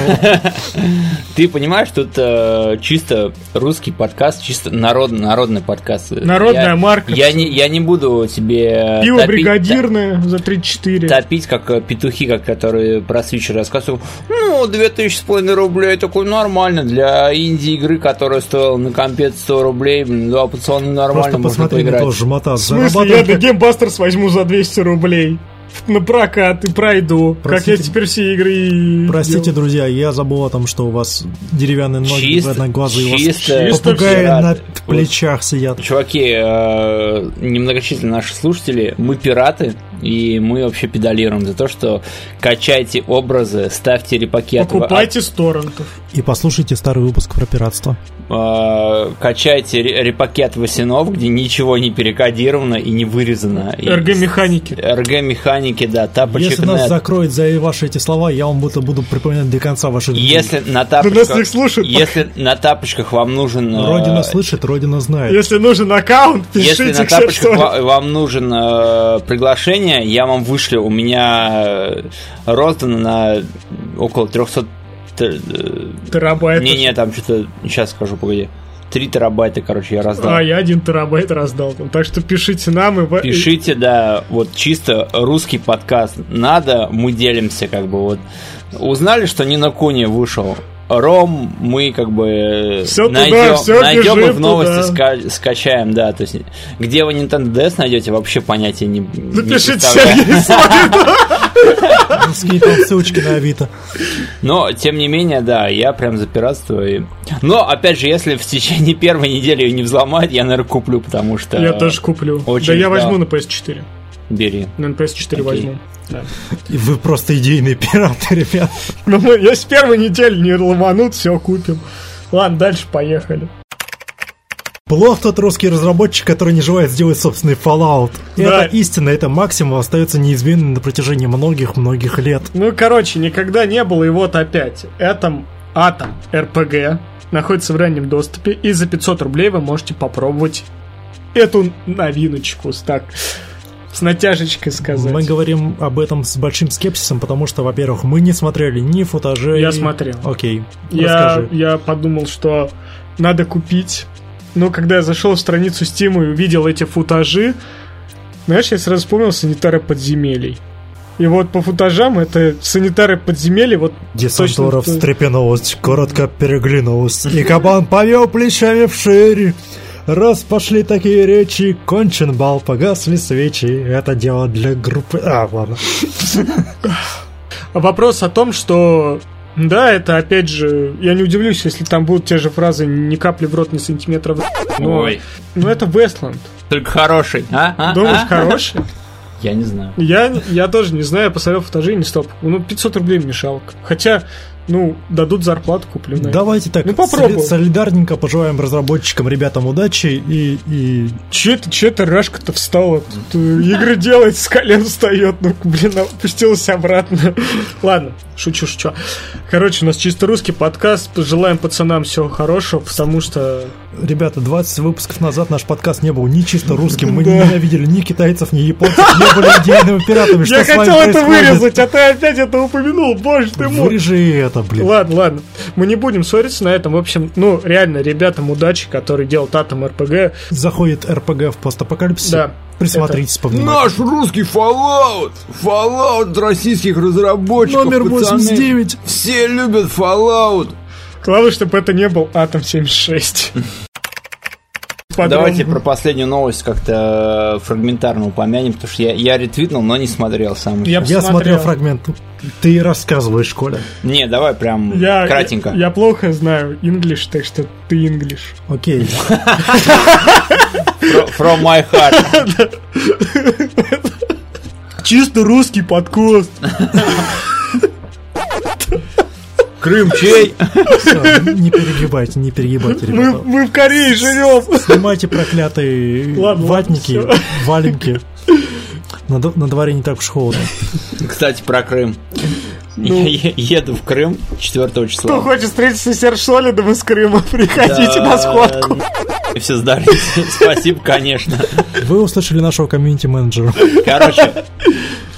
Ты понимаешь, тут э, чисто русский подкаст, чисто народ, народный подкаст.
Народная
Я-
марка.
Я не, я не буду тебе...
Пиво
топить-
бригадирное за 34.
топить, как э, петухи, как которые про Switch рассказывают. Ну, 2000 с половиной рублей, такой нормально для инди-игры, которая стоила на компе 100 рублей, блин, да, пацаны, нормально
Просто
можно
посмотри на
поиграть.
то, жмота.
В смысле, я The Game Busters возьму за 200 рублей. На прокат и пройду.
Простите.
Как я теперь все игры и
Простите,
делаю.
друзья, я забыл о том, что у вас деревянные ноги,
Чисто-
одноглазые, у вас
чисто-
чисто
попугаи
пираты.
на
Вот.
плечах сидят.
Чуваки, э, немногочисленные наши слушатели, мы пираты, и мы вообще педалируем за то, что качайте образы, ставьте репаки от-
Покупайте с торрентов.
И послушайте старый выпуск про пиратство.
Э, качайте ре- репаки от Васинов, где ничего не перекодировано и не вырезано. И-
РГ-механики.
РГ-механики, да, тапочек
Если нас
нет.
закроют за ваши эти слова, я вам будто буду припоминать до конца ваших дней.
Если на
Да
тапочках...
нас не слушают.
Если на тапочках вам нужен... э,
Родина слышит, Родина знает.
Если нужен аккаунт,
Если
пишите
на
к
тапочках
Секстору.
ва- вам нужен э, приглашение, я вам вышлю. У меня э, роздано на около 300... тер- э,
Терабайт. А,
Не-не, там что-то... Сейчас скажу, погоди. 3 терабайта, короче, я раздал.
А я один терабайт раздал. там. Так что пишите нам и... ва- и-
Пишите, да, вот чисто русский подкаст. Надо, мы делимся, как бы вот. Узнали, что Нина Куни вышел. Ром мы как бы
Всё туда,
найдем,
всё
найдем и
бежит
в
туда.
новости ска- скачаем, да. То есть, где вы Nintendo DS найдете, вообще понятия не, не
Напишите
представляю.
Сергей Соболев.
Скинь там ссылочки на Авито.
Но, тем не менее, да, я прям за пиратство. и- Но, опять же, если в течение первой недели ее не взломать, я, наверное, куплю, потому что...
Я тоже куплю.
Очень
Да я
ждал.
возьму на PS4.
Бери.
На PS4
Окей.
возьму. Да.
И Вы просто идейные пираты, ребят.
Ну, мы- если первой недели не ломанут, все купим. Ладно, дальше поехали.
Плох тот русский разработчик, который не желает сделать собственный Fallout. И
Да.
Это истина, это максимум остается неизменным на протяжении многих-многих лет.
Ну, короче, никогда не было, и вот опять. Атом, Атом РПГ находится в раннем доступе, и за 500 рублей вы можете попробовать эту новиночку, с так, с натяжечкой сказать.
Мы говорим об этом с большим скепсисом, потому что, во-первых, мы не смотрели ни футажей.
Я смотрел.
Окей,
Я,
расскажи.
я подумал, что надо купить. Но когда я зашел в страницу Steam и увидел эти футажи, знаешь, я сразу вспомнил санитары подземелий. И вот по футажам это санитары подземелий, вот
Десантуров
точно-
встрепенулась, коротко переглянулась, и кабан повел плечами вшире. Раз пошли такие речи, кончен бал, погасли свечи. Это дело для группы... А, ладно.
Вопрос о том, что да, это опять же, я не удивлюсь, если там будут те же фразы ни капли в рот, ни сантиметра в но,
Ой,
но это Вестланд.
только хороший, а? А?
Думаешь,
А?
хороший?
Я не знаю.
Я, я тоже не знаю, я посмотрел футажи и не стоп. Ну, 500 рублей мешалка. Хотя, ну, дадут зарплату, куплю. наверное.
Давайте так,
Ну, попробуем.
соли- солидарненько пожелаем разработчикам, ребятам удачи и... и...
Че ты, че ты, Рашка-то встала? Тут, э, игры делает, с колен встает. Ну, блин, опустилась обратно. Ладно, шучу, шучу. Короче, у нас чисто русский подкаст. Пожелаем пацанам всего хорошего, потому что
Ребята, 20 выпусков назад наш подкаст не был ни чисто русским, мы
Да.
не ненавидели ни китайцев, ни японцев, не были идеальными пиратами. Что
Я
с вами
хотел это
происходит?
вырезать, а ты опять это упомянул, боже ты мой.
Вырежи и это, блин.
Ладно, ладно. Мы не будем ссориться на этом. В общем, ну, реально, ребятам удачи, которые делают Атом РПГ.
Заходит РПГ в постапокалипсисе.
Да.
Присмотритесь повнимательнее.
Наш русский Fallout! Fallout российских разработчиков,
Номер
пацаны.
89.
Все любят Fallout.
Главное, чтобы это не был Атом 76. Подром.
Давайте про последнюю новость как-то э, фрагментарно упомянем, потому что я, я ретвитнул, но не смотрел сам.
Я,
Я
посмотрел.
смотрел фрагмент. Ты рассказываешь, Коля.
Не, давай прям
Я,
кратенько.
Я, я плохо знаю English, так что ты English.
Окей.
Fro- From my heart.
Чисто русский подкост.
Крым чей?
Всё, не перегибайте, не перегибайте,
Мы,
ребята.
мы в Корее живем.
Снимайте проклятые
Ладно,
ватники,
ладно,
валенки. На, дв- на дворе не так уж холодно.
Кстати, про Крым.
Ну.
Я е- еду в Крым 4
Кто
числа.
хочет встретиться с Серж Солидом из Крыма, приходите на сходку.
И все сдались. Спасибо, конечно.
Вы услышали нашего комьюнити-менеджера.
Короче,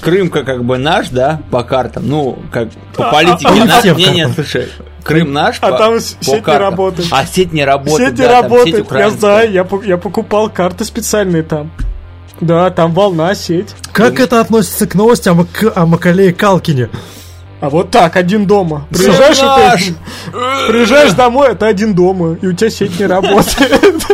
Крымка как бы наш, да, по картам. Ну, как по политике
а
наш.
все в
Не, не,
картах.
слушай. Крым наш.
А
по-
там с-
по
сеть не
картам.
работает.
А сеть не работает.
Сеть
да,
не
там сеть
работает, я
украинская.
знаю, я, пок- я покупал карты специальные там. Да, там волна, сеть.
Как это относится к новости о, Мак... о Макалее Калкине?
А вот так, один дома.
Крым
Приезжаешь, и ты-
наш!
приезжаешь домой, это один дома, и у тебя сеть не работает.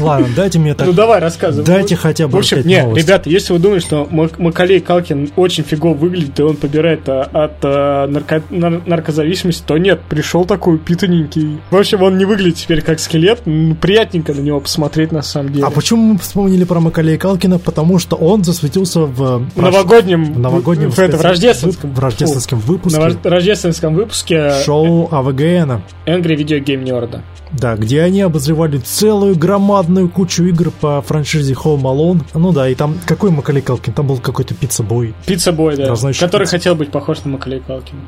Ладно, дайте мне так.
Ну давай, рассказывай.
Дайте хотя
В
бы
общем,
пять
не,
новостей.
ребята, если вы думаете, что Мак- Макалей Калкин очень фигово выглядит, и он побирает а, от а, нарко- нар- наркозависимости, то нет, пришел такой питаненький. В общем, он не выглядит теперь как скелет, м, приятненько на него посмотреть на самом деле.
А почему мы вспомнили про Макалея Калкина? Потому что он засветился в, э,
в новогоднем,
в новогоднем
в, это, в
спец-
рождественском,
в рождественском
Фу,
выпуске
на вож- рождественском выпуске
шоу АВГН.
Angry Video Game Nerd.
Да, где они обозревали целую громадную кучу игр по франшизе Home Alone. Ну да, и там какой Макалей Калкин? Там был какой-то пицца-бой.
Пицца Бой, да,
Разносчик
который
пиццы.
хотел быть похож на Макалей Калкина.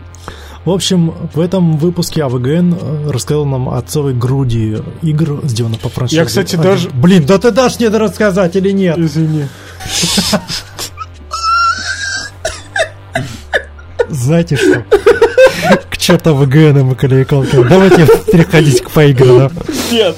В общем, в этом выпуске АВГН э, рассказал нам о целой груди игр, сделанных по франшизе.
Я, кстати,
А,
даже-
Блин, да ты дашь мне это рассказать или нет?
Извини.
Знаете что? К черту ВГН и Макалея Калкина. Давайте переходить к поигранным.
Нет.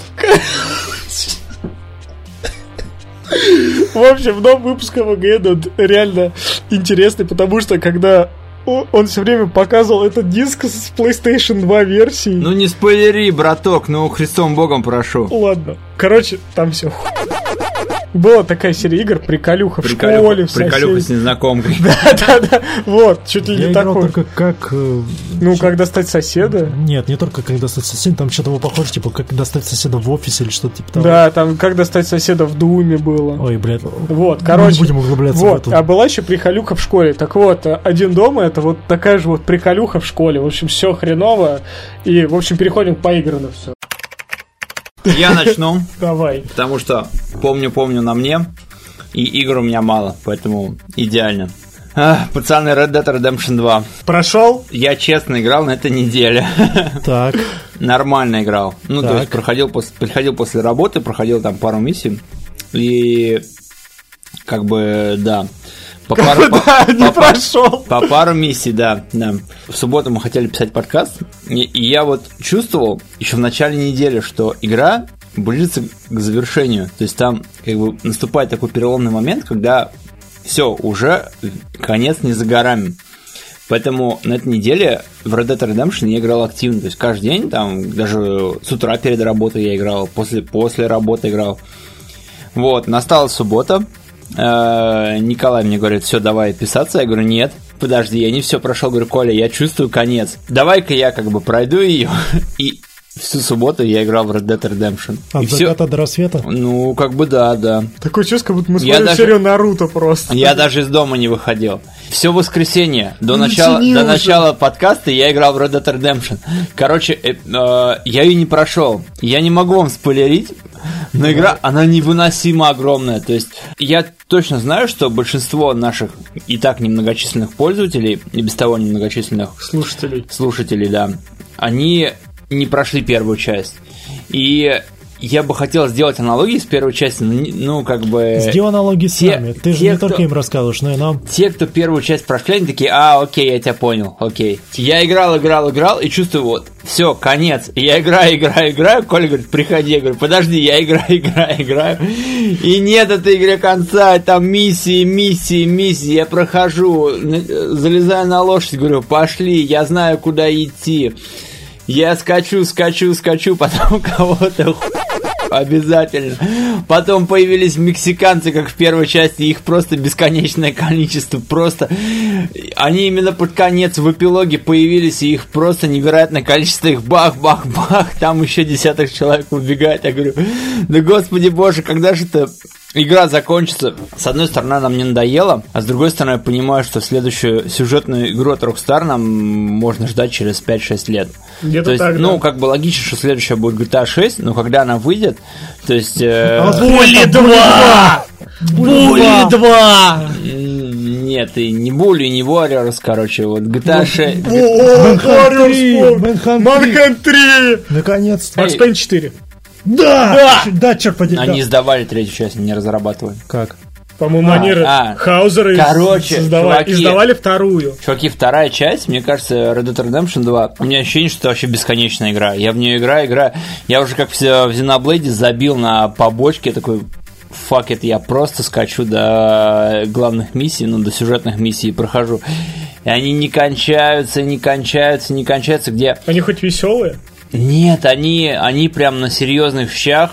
В общем, дом выпуска ВГН он реально интересный, потому что когда о- он все время показывал этот диск с PlayStation 2 версией.
Ну не спойлери, браток, ну Христом Богом прошу.
Ладно. Короче, там все. была такая серия игр «Приколюха» в школе,
Приколюха,
в
приколюха с
соседней.
незнамкой.
Да-да-да, вот, чуть ли
Я
не
играл
такой.
только как... э,
Ну, как достать соседа?
Нет, не только как достать соседа, там что-то похоже, типа как достать соседа в офисе или что-то типа того.
Да, там как достать соседа в Думе было.
Ой, блядь.
Вот,
Не
короче.
будем углубляться
Вот,
в
а
это.
была еще приколюха в школе. Так вот, э, один дома это вот такая же вот приколюха в школе. В общем, все хреново. И, в общем, переходим к поигранно все.
Я начну,
Давай.
потому что помню-помню на мне, и игр у меня мало, поэтому идеально. Ах, пацаны, Red Dead Redemption 2.
Прошел?
Я честно играл на этой неделе.
Так,
Нормально играл. Ну, то
Так.
есть проходил пос- приходил после работы, проходил там пару миссий. И как бы, да. По пару, по-
Да, не
по пар-
прошел.
по пару миссий, да, да. В субботу мы хотели писать подкаст, и, и я вот чувствовал еще в начале недели, что игра близится к завершению. То есть там как бы наступает такой переломный момент, когда все, уже конец не за горами. Поэтому на этой неделе в Red Dead Redemption я играл активно. То есть каждый день, там, даже с утра перед работой я играл, после, после работы играл. Вот, настала суббота. Э, Николай мне говорит, все, давай писаться. Я говорю, нет, подожди, я не все прошел. Говорю, Коля, я чувствую конец. Давай-ка я как бы пройду ее. И всю субботу я играл в Red Dead Redemption.
от
И все.
заката до рассвета.
Ну, как бы да, да.
А Такое чувство, как будто мы
Я
смотрим
даже-
серию Наруто просто.
Я даже из дома не выходил. Все воскресенье до
Ну,
начала,
заценил
до
уже.
начала подкаста я играл в Red Dead Redemption. Короче, э, э, я ее не прошел. Я не могу вам спойлерить, но игра, она невыносимо огромная. То есть я точно знаю, что большинство наших и так немногочисленных пользователей, и без того немногочисленных,
Слушателей.
слушателей, да, они не прошли первую часть. И я бы хотел сделать аналогии с первой частью, но не- ну, как бы...
Сделай аналогии с
те-
нами. Ты же
те,
не
кто-
только им рассказываешь, но и нам.
Те, кто первую часть прошли, они такие, а, окей, я тебя понял, окей. Я играл, играл, играл, и чувствую, вот, все, конец. И Я играю, играю, играю. Коля говорит, приходи. Я говорю, подожди, я играю, играю, играю. И нет этой игре конца, там миссии, миссии, миссии. Я прохожу, на- залезаю на лошадь, говорю, пошли, я знаю, куда идти. Я скачу, скачу, скачу, потом кого-то ху- Обязательно. Потом появились мексиканцы, как в первой части, их просто бесконечное количество. Просто они именно под конец в эпилоге появились, и их просто невероятное количество. Их бах-бах-бах, там еще десяток человек убегает. Я говорю, да господи боже, когда же это игра закончится? С одной стороны, она мне надоела, а с другой стороны, я понимаю, что следующую сюжетную игру от Rockstar нам можно ждать через 5-6 лет.
Где-то
То есть,
так, да.
ну, как бы логично, что следующая будет GTA 6, но когда она выйдет, то есть... э,
А вот-
Пули 2! Пули 2!
м, Нет, и не Були, и не Warriors, короче, вот GTA
Ну,
6...
Манхан 3!
Наконец-то.
Эй.
Макспейн 4,
Да! Да, черт подери.
Они
да.
сдавали третью часть, не разрабатывали.
Как?
по-моему,
А,
они
а.
Хаузеры
Короче,
создавали-
чуваки.
издавали вторую.
Чуваки, вторая часть, мне кажется, Red Dead Redemption 2, у меня ощущение, что это вообще бесконечная игра. Я в нее играю, играю. Я уже как в Зе- в Xenoblade забил на побочке, такой, fuck it, я просто скачу до главных миссий, ну, до сюжетных миссий и прохожу. И они не кончаются, не кончаются, не кончаются, где...
Они хоть веселые?
Нет, они, они прям на серьезных вещах.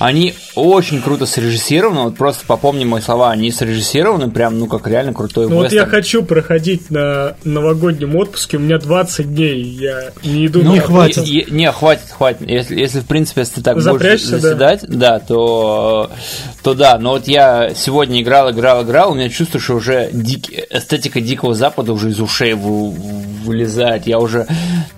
Они очень круто срежиссированы, вот просто попомни мои слова, они срежиссированы прям, ну, как реально крутой
Ну вот я
вестерн.
хочу проходить на новогоднем отпуске, у меня 20 дней, я не иду
Ну,
на-
Не хватит.
е- е- не, хватит, хватит. Если, если в принципе, если ты так будешь
Запрячься, да.
заседать, да, то, то да. Но вот я сегодня играл, играл, играл, у меня чувство, что уже дик- эстетика Дикого Запада уже из ушей вы- вылезает. Я уже,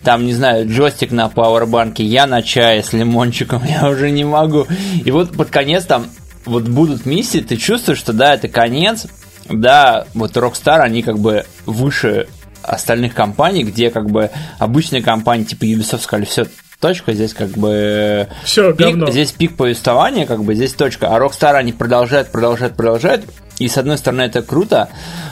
там, не знаю, джойстик на пауэрбанке, я на чае с лимончиком, я уже не могу. И вот под конец там вот будут миссии, ты чувствуешь, что да, это конец, да, вот Rockstar, они как бы выше остальных компаний, где как бы обычные компании типа Ubisoft сказали, все, точка, здесь как бы
Все,
пик,
говно.
здесь пик повествования, как бы здесь точка, а Rockstar они продолжают, продолжают, продолжают, и с одной стороны это круто,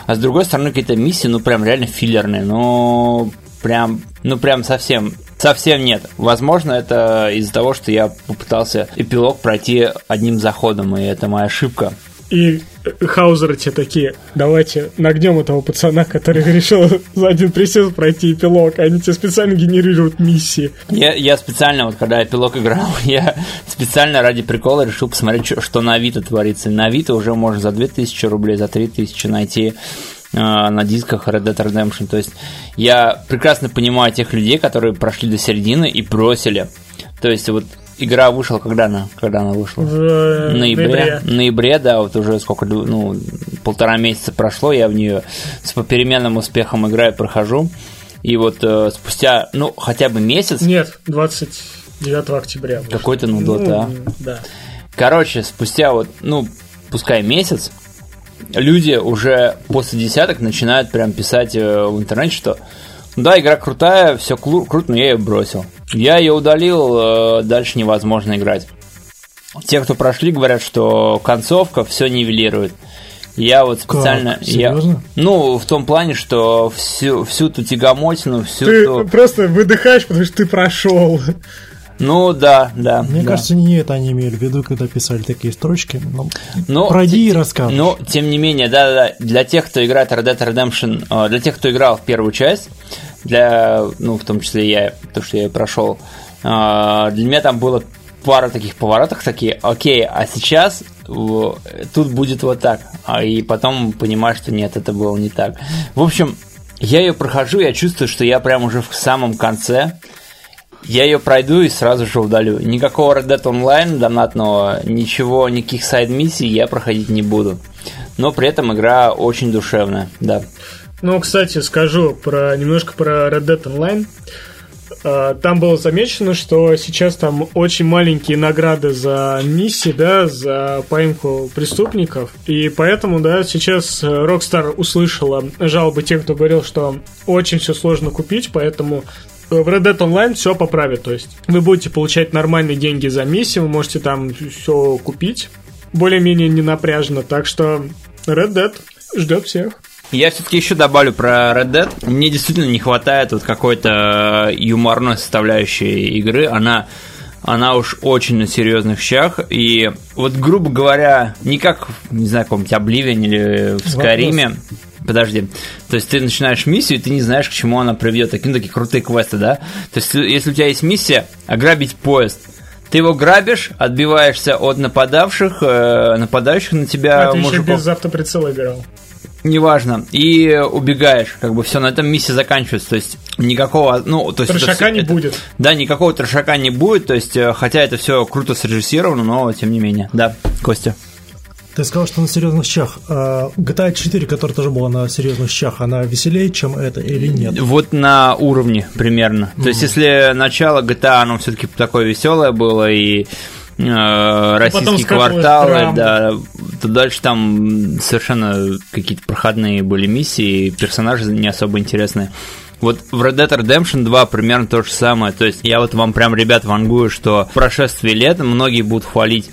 а с другой стороны какие-то миссии, ну прям реально филлерные, ну прям, ну прям совсем, совсем нет. Возможно, это из-за того, что я попытался эпилог пройти одним заходом, и это моя ошибка.
И э, хаузеры те такие, давайте нагнем этого пацана, который решил за один присест пройти эпилог, они тебе специально генерируют миссии.
Я, я специально, вот когда я пилок играл, я специально ради прикола решил посмотреть, чё- что, на Авито творится. На Авито уже можно за 2000 рублей, за 3000 найти э, на дисках Red Dead Redemption. То есть я прекрасно понимаю тех людей, которые прошли до середины и бросили. То есть вот игра вышла, когда она, когда она вышла?
В э,
ноябре, ноябре, да, вот уже сколько, лю- ну, полтора месяца прошло, я в нее с попеременным успехом играю, прохожу. И вот э, спустя, ну, хотя бы месяц,
Нет, 29 октября. вышло.
какой-то, ну, да.
да.
Короче, спустя вот, ну, пускай месяц, люди уже после десяток начинают прям писать э, в интернете, что «Ну да, игра крутая, все круто, но я ее бросил. Я ее удалил, э, дальше невозможно играть. Те, кто прошли, говорят, что концовка все нивелирует. Я вот специально... я-
Серьезно?
ну, в том плане, что всю, всю ту тягомотину, всю
Ты
ту...
просто выдыхаешь, потому что ты прошел.
Ну, да, да.
Мне
да.
кажется, не это они имели в виду, когда писали такие строчки. Ну,
Но
пройди и расскажешь.
Но, тем не менее, да, да, для тех, кто играет Red Dead Redemption, э, для тех, кто играл в первую часть, для, ну, в том числе я, то, что я и прошел, э, для меня там было пара таких поворотов, такие, окей, а сейчас э, тут будет вот так, А и потом понимаешь, что нет, это было не так. В общем, я ее прохожу, я чувствую, что я прям уже в самом конце, я ее пройду и сразу же удалю. Никакого Red Dead Online донатного, ничего, никаких сайд-миссий я проходить не буду. Но при этом игра очень душевная, да.
Ну, кстати, скажу про немножко про Red Dead Online. Э, Там было замечено, что сейчас там очень маленькие награды за миссии, да, за поимку преступников. И поэтому, да, сейчас э, Rockstar услышала жалобы тех, кто говорил, что очень все сложно купить, поэтому э, в Red Dead Online все поправят. То есть вы будете получать нормальные деньги за миссии, вы можете там все купить. Более-менее не напряжно. Так что Red Dead ждет всех.
Я все-таки еще добавлю про Red Dead. Мне действительно не хватает вот какой-то э, юморной составляющей игры. Она, она уж очень на серьезных щах. И вот, грубо говоря, не как, не знаю, в каком-нибудь Обливине или в Скайриме. Подожди. То есть ты начинаешь миссию, и ты не знаешь, к чему она приведет. Такие, ну, такие крутые квесты, да? То есть ты- если у тебя есть миссия ограбить поезд, ты его грабишь, отбиваешься от нападавших, э, нападающих на тебя
а ты еще
мужиков
без автоприцела играл.
неважно, и убегаешь, как бы все на этом миссия заканчивается, то есть никакого, ну, то есть это
Трешака
всё-
не
это-
будет.
да, никакого трешака не будет, то есть э, хотя это все круто срежиссировано, но тем не менее, да, Костя.
Ты сказал, что на серьезных щах. А GTA 4, которая тоже была на серьезных щах, она веселее, чем это или нет?
Вот на уровне примерно. То есть если начало GTA, оно все-таки такое веселое было и э, российские
Ну, скатывалось
кварталы,
в
да, то дальше там совершенно какие-то проходные были миссии, и персонажи не особо интересные. Вот в Red Dead Redemption 2 примерно то же самое. То есть я вот вам прям, ребят, вангую, что в прошествии лет многие будут хвалить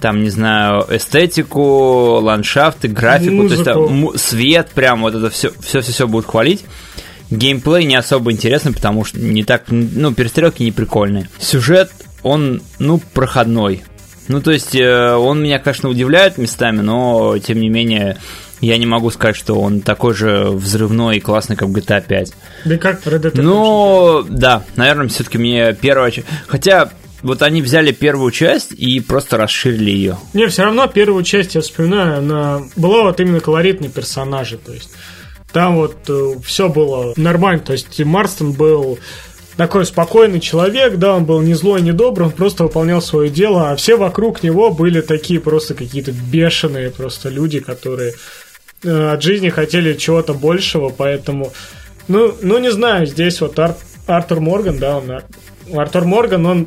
там, не знаю, эстетику, ландшафты, графику, то есть
Музыку.
там, му- свет, прям вот это все, все, все, все будут хвалить. Геймплей не особо интересный, потому что не так, ну, перестрелки не прикольные. Сюжет, он, ну, проходной. Ну, то есть, э, он меня, конечно, удивляет местами, но, тем не менее, я не могу сказать, что он такой же взрывной и классный, как GTA 5.
Да и как Red Dead
Ну, да, наверное, все-таки мне первая часть... Хотя, вот они взяли первую часть и просто расширили ее.
Redemption? Не, все равно первую часть, я вспоминаю, она была вот именно колоритный персонажи, то есть там вот все было нормально, то есть Марстон был такой спокойный человек, да, он был не злой, не добрый, он просто выполнял свое дело, а все вокруг него были такие просто какие-то бешеные просто люди, которые э, от жизни хотели чего-то большего, поэтому, ну, ну не знаю, здесь вот Ар- Артур Морган, да, он, а- Артур Морган, он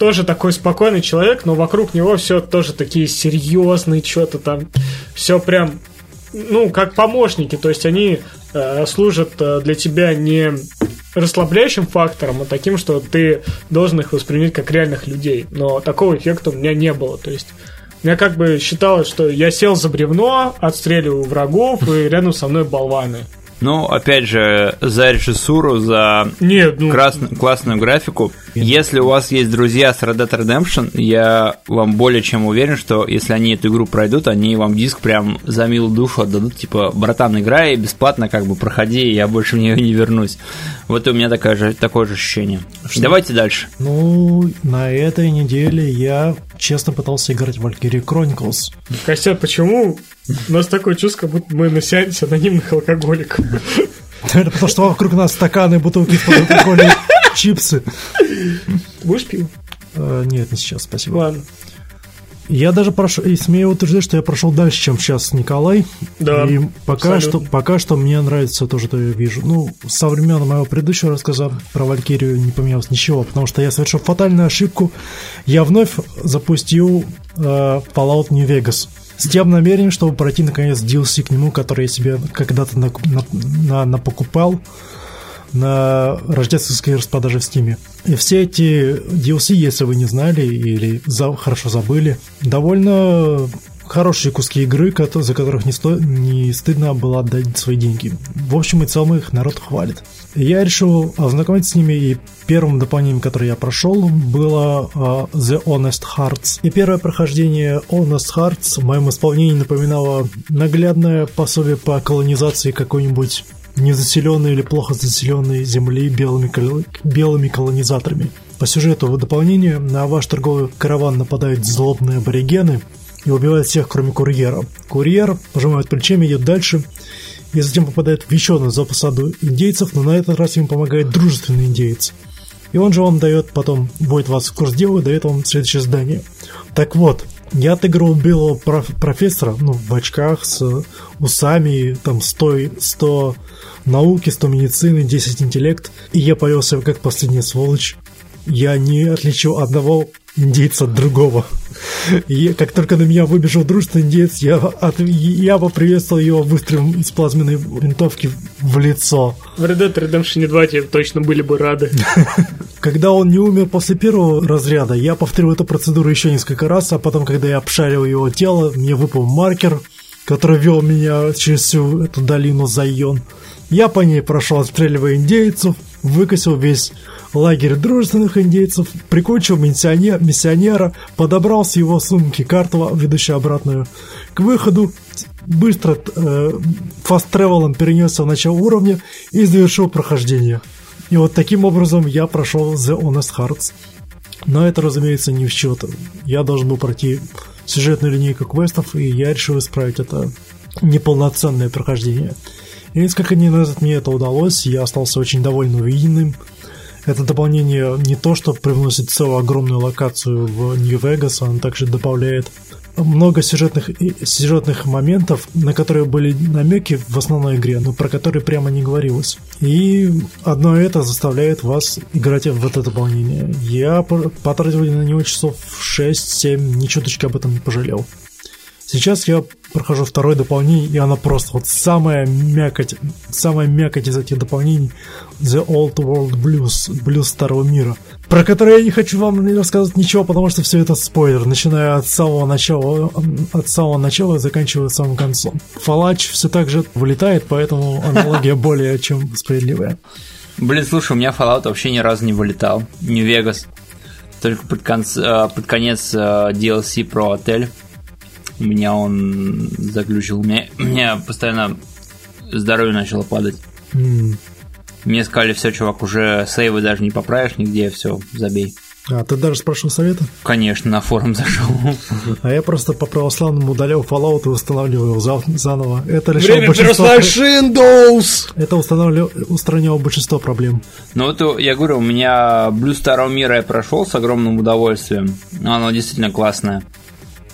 тоже такой спокойный человек, но вокруг него все тоже такие серьезные, что-то там, все прям, ну, как помощники, то есть они э, служат э, для тебя не расслабляющим фактором, а таким, что ты должен их воспринять как реальных людей. Но такого эффекта у меня не было, то есть я как бы считалось, что я сел за бревно, отстреливаю врагов, и рядом со мной болваны.
Ну, опять же, за режиссуру, за
Нет, ну,
красн- классную графику. Если у вас есть друзья с Red Dead Redemption, я вам более чем уверен, что если они эту игру пройдут, они вам диск прям за милую душу отдадут, типа, братан, играй бесплатно, как бы, проходи, я больше в нее не вернусь. Вот и у меня такая же, такое же ощущение. Давайте дальше.
Ну, на этой неделе я честно пытался играть в Valkyrie Chronicles.
Костя, почему у нас такое чувство, как будто мы на сеансе анонимных алкоголиков?
Наверное, потому что вокруг нас стаканы, бутылки из-под алкоголя, чипсы.
Будешь пиво?
Э, Нет, не сейчас, спасибо.
Ладно.
Я даже прошел, и смею утверждать, что я прошел дальше, чем сейчас Николай.
Да,
И пока
абсолютно.
что, пока что мне нравится то, что я вижу. Ну, со времен моего предыдущего рассказа про Валькирию не поменялось ничего, потому что я совершил фатальную ошибку. Я вновь запустил э, Fallout New Vegas с тем намерением, чтобы пройти наконец DLC к нему, который я себе когда-то на, покупал на рождественской распродаже в Стиме. И все эти DLC, если вы не знали или за- хорошо забыли, довольно хорошие куски игры, кото- за которых не, сто- не стыдно было отдать свои деньги. В общем и целом их народ хвалит. Я решил ознакомиться с ними, и первым дополнением, которое я прошел, было а, The Honest Hearts. И первое прохождение Honest Hearts в моем исполнении напоминало наглядное пособие по колонизации какой-нибудь незаселенной или плохо заселенной земли белыми, кол- белыми колонизаторами. По сюжету в дополнение на ваш торговый караван нападают злобные аборигены и убивают всех, кроме курьера. Курьер пожимает плечами, идет дальше и затем попадает в еще одну запосаду индейцев, но на этот раз им помогает дружественный индейец. И он же вам дает потом, вводит вас в курс дела, и дает вам следующее здание. Так вот, я отыграл белого проф- профессора, ну, в очках, с э, усами, там, 100, 100 науки, 100 медицины, 10 интеллект, и я повел себя как последняя сволочь. Я не отличил одного индейца от другого. И как только на меня выбежал дружный индеец, я, от- я поприветствовал его выстрелом из плазменной винтовки в лицо.
В Red Dead Redemption 2 тебе точно были бы рады.
Когда он не умер после первого разряда, я повторил эту процедуру еще несколько раз, а потом, когда я обшарил его тело, мне выпал маркер, который вел меня через всю эту долину Зайон. Я по ней прошел, отстреливая индейцев, выкосил весь лагерь дружественных индейцев, прикончил миссионе- миссионера, подобрал с его сумки карту, ведущую обратную к выходу, быстро э, фаст-тревелом перенесся в начало уровня и завершил прохождение. И вот таким образом я прошел The Honest Hearts. Но это, разумеется, не в счет. Я должен был пройти сюжетную линейку квестов, и я решил исправить это неполноценное прохождение. И несколько дней назад мне это удалось, я остался очень довольно увиденным. Это дополнение не то, что привносит целую огромную локацию в Нью-Вегас, оно также добавляет много сюжетных, и- сюжетных моментов, на которые были намеки в основной игре, но про которые прямо не говорилось. И одно это заставляет вас играть в это дополнение. Я пор- потратил на него часов 6-7, ни чуточки об этом не пожалел. Сейчас я прохожу второе дополнение, и оно просто вот самая мякоть, самая мякоть из этих дополнений The Old World Blues, блюз Старого Мира, про которое я не хочу вам рассказывать ничего, потому что все это спойлер, начиная от самого начала, м, от самого начала и заканчивая самым концом. Фалач все так же вылетает, поэтому аналогия более чем справедливая.
Блин, слушай, у меня Fallout вообще ни разу не вылетал. Нью Вегас. Только под, конц- э, под конец э, DLC про отель. У меня он заглючил. У меня, у меня постоянно здоровье начало падать.
М,
Мне сказали, все, чувак, уже сейвы даже не поправишь нигде, все, забей.
А ты даже спрашивал совета?
Конечно, на форум зашел.
А я просто по православному удалял Fallout и устанавливал его зав- заново. Это лишило
Время
большинства...
перешло Windows!
Это устанавливало, устраняло большинство проблем.
Ну вот э, я говорю, у меня Блюз Старого Мира я прошел с огромным удовольствием. Оно действительно классное.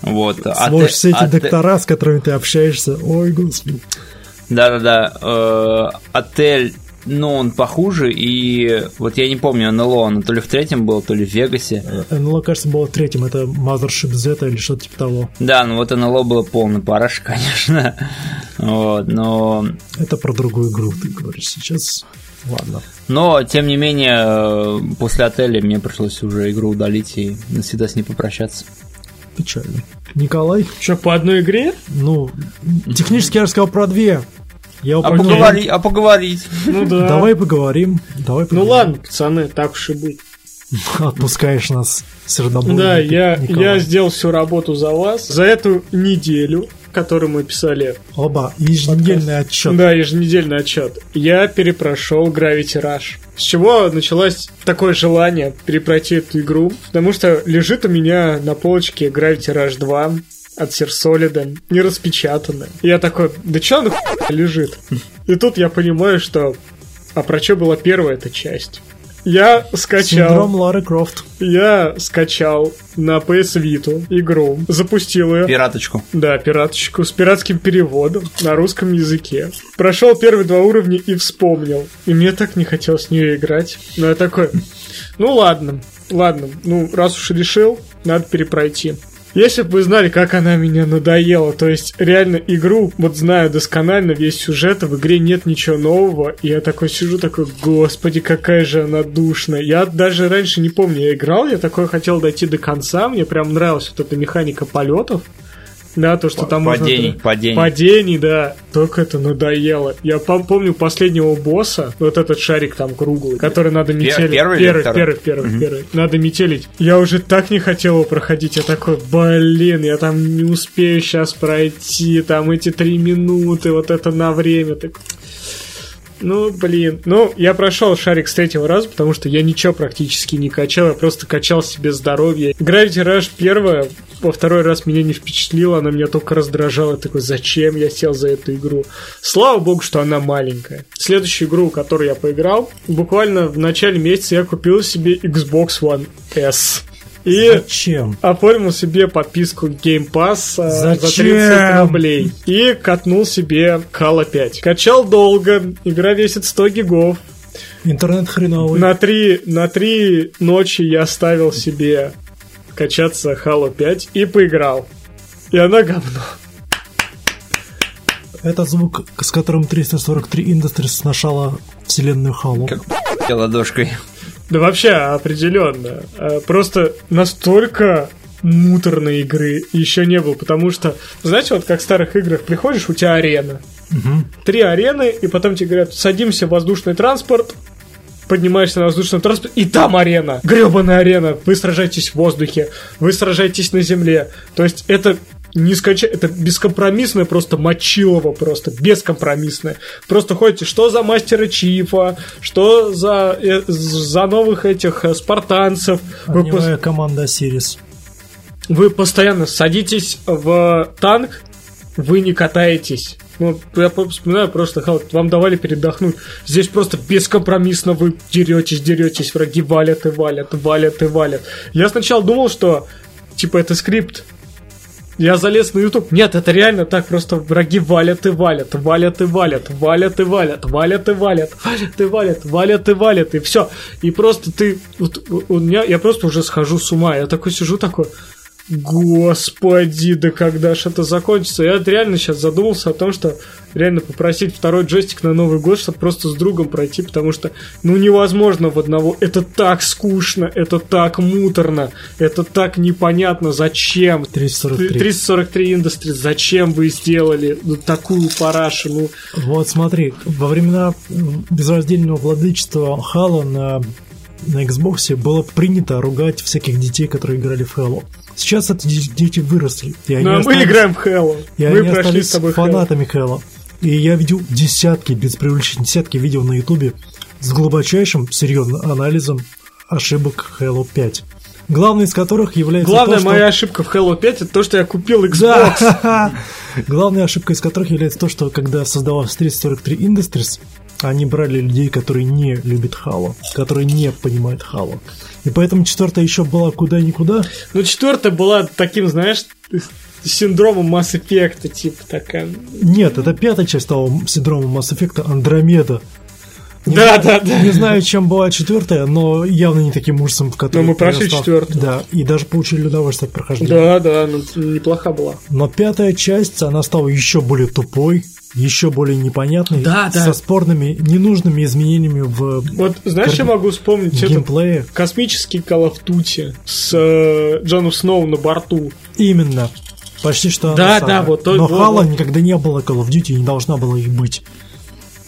Вот. а
Сможешь все эти
доктора.
доктора, с которыми ты общаешься. Ой, господи.
Да-да-да, э, отель, ну, он похуже, и вот я не помню, НЛО, он то ли в третьем был, то ли в Вегасе.
НЛО, Ну, кажется, было третьим. Это Mothership Z или что-то типа того.
Да, ну вот НЛО было полный параш, конечно. Вот, но,
Это про другую игру, ты говоришь сейчас. Ладно.
но, тем не менее, э, после отеля мне пришлось уже игру удалить и навсегда с ней попрощаться.
Печально. Николай,
Че, по одной игре?
ну, технически я рассказал про две. Я
А
упомянул-
поговори, а поговорить.
Ну да.
Давай поговорим. Давай
Ну
поговорим.
ладно, пацаны, так уж и быть.
Отпускаешь нас сердобольно.
Да,
ты,
я,
Николай.
я сделал всю работу за вас. За эту неделю, которую мы писали,
Оба, еженедельный отчет.
да, еженедельный отчет, я перепрошел Gravity Rush. С чего началось такое желание перепройти эту игру? Потому что лежит у меня на полочке Gravity Rush 2 от Серсолида, не распечатанная. И Я такой, да чё она лежит? И тут я понимаю, что... А про что была первая эта часть? Я скачал...
Синдром Лары Крофт.
Я скачал на PS Vita игру, запустил ее.
Пираточку.
Да, пираточку с пиратским переводом на русском языке. Прошел первые два уровня и вспомнил. И мне так не хотелось в нее играть. Но я такой, ну ладно, ладно, ну раз уж решил, надо перепройти. Если бы вы знали, как она меня надоела, то есть реально игру, вот знаю досконально весь сюжет, а в игре нет ничего нового, и я такой сижу, такой, господи, какая же она душная. Я даже раньше не помню, я играл, я такой хотел дойти до конца, мне прям нравилась вот эта механика полетов, да, то, что там можно-
Падений, падений.
Падений, да. Только это надоело. Я пом- помню последнего босса, вот этот шарик там круглый, который надо метелить.
первый или
первый,
второй?
первый, первый, первый. Надо метелить. Я уже так не хотел его проходить. Я такой, блин, я там не успею сейчас пройти. Там эти три минуты, вот это на время. Так... Ну, блин. Ну, я прошел шарик с третьего раза, потому что я ничего практически не качал, я просто качал себе здоровье. Gravity Rush первая, во второй раз меня не впечатлила, она меня только раздражала. Я такой, зачем я сел за эту игру? Слава богу, что она маленькая. Следующую игру, которую я поиграл, буквально в начале месяца я купил себе Xbox One S.
Э,
И
Зачем?
оформил себе подписку Game Pass а, за
Зачем?
30 рублей и катнул себе Halo 5. Качал долго, игра весит 100 гигов.
Интернет хреновый.
На три, на три ночи я ставил себе качаться Halo 5 и поиграл. И она говно.
Это звук, с которым 343 Industries сношала вселенную Халу.
Как п***я ладошкой.
Да вообще, определенно. Э, Просто настолько муторной игры еще не было, потому что, знаете, вот как в старых играх приходишь, у тебя арена. Три арены, и потом тебе говорят, садимся в воздушный транспорт, поднимаешься на воздушный транспорт, и там арена. Гребаная арена. Вы сражаетесь в воздухе, вы сражаетесь на земле. То есть это не скача... Это бескомпромиссное просто мочилово просто, бескомпромиссное. Просто ходите, что за мастера Чифа, что за, э, за новых этих э, спартанцев. Вы пос-
Огневая команда Сирис.
вы постоянно садитесь в танк, вы не катаетесь. Ну, я по- вспоминаю просто, Халк, вам давали передохнуть. Здесь просто бескомпромиссно вы деретесь, деретесь, враги валят и валят, валят и валят. Я сначала думал, что, типа, это скрипт. Я залез на YouTube. Нет, это реально так, просто враги валят и валят, валят и валят, валят и валят, валят и валят, валят и валят, валят и валят, и все. И просто ты... Вот, у у меня, я просто уже схожу с ума. Я такой сижу, такой... Господи, да когда ж это закончится? Я вот реально сейчас задумался о том, что реально попросить второй джойстик на Новый год, чтобы просто с другом пройти, потому что, ну, невозможно в одного. Это так скучно, это так муторно, это так непонятно, зачем.
343.
343 Industries, зачем вы сделали ну, такую парашу? Ну,
Вот смотри, во времена м, безраздельного владычества Хала на, на Xbox было принято ругать всяких детей, которые играли в Halo. Сейчас эти де- дети выросли. И они
ну, а мы
остались-
играем в Halo.
и
мы
они
прошли
остались
с тобой Halo.
фанатами Halo. И я видел десятки, без преувеличения, десятки видео на Ютубе с глубочайшим, серьезным анализом ошибок Halo 5. Главной из которых является
Главная
то, что-
моя ошибка в Halo 5 это то, что я купил Xbox.
Да. Главная ошибка из которых является то, что когда создавалась 343 Industries, они брали людей, которые не любят Хало, которые не понимают Хало. И поэтому четвертая еще была куда-никуда.
Ну, четвертая была таким, знаешь, синдромом Mass Effect, типа такая.
Нет, это пятая часть того синдрома Mass Effect Андромеда. Не
Да, да,
знаю-
да.
Не знаю, чем была четвертая, но явно не таким ужасом, в котором.
Но мы прошли четвертую.
Да, и даже получили удовольствие от прохождения.
Да, да, ну, неплоха была.
Но пятая часть, она стала еще более тупой, еще более непонятной,
Да, да.
со спорными, ненужными изменениями в
Вот знаешь, я
Как-
могу вспомнить этот
геймплее.
космический Call of Duty с э, Джоном Сноу на борту.
Именно. Почти что она
Да,
самая.
да, вот то-
Но
вот-
Хала
вот.
никогда не было Call of Duty и не должна была их быть.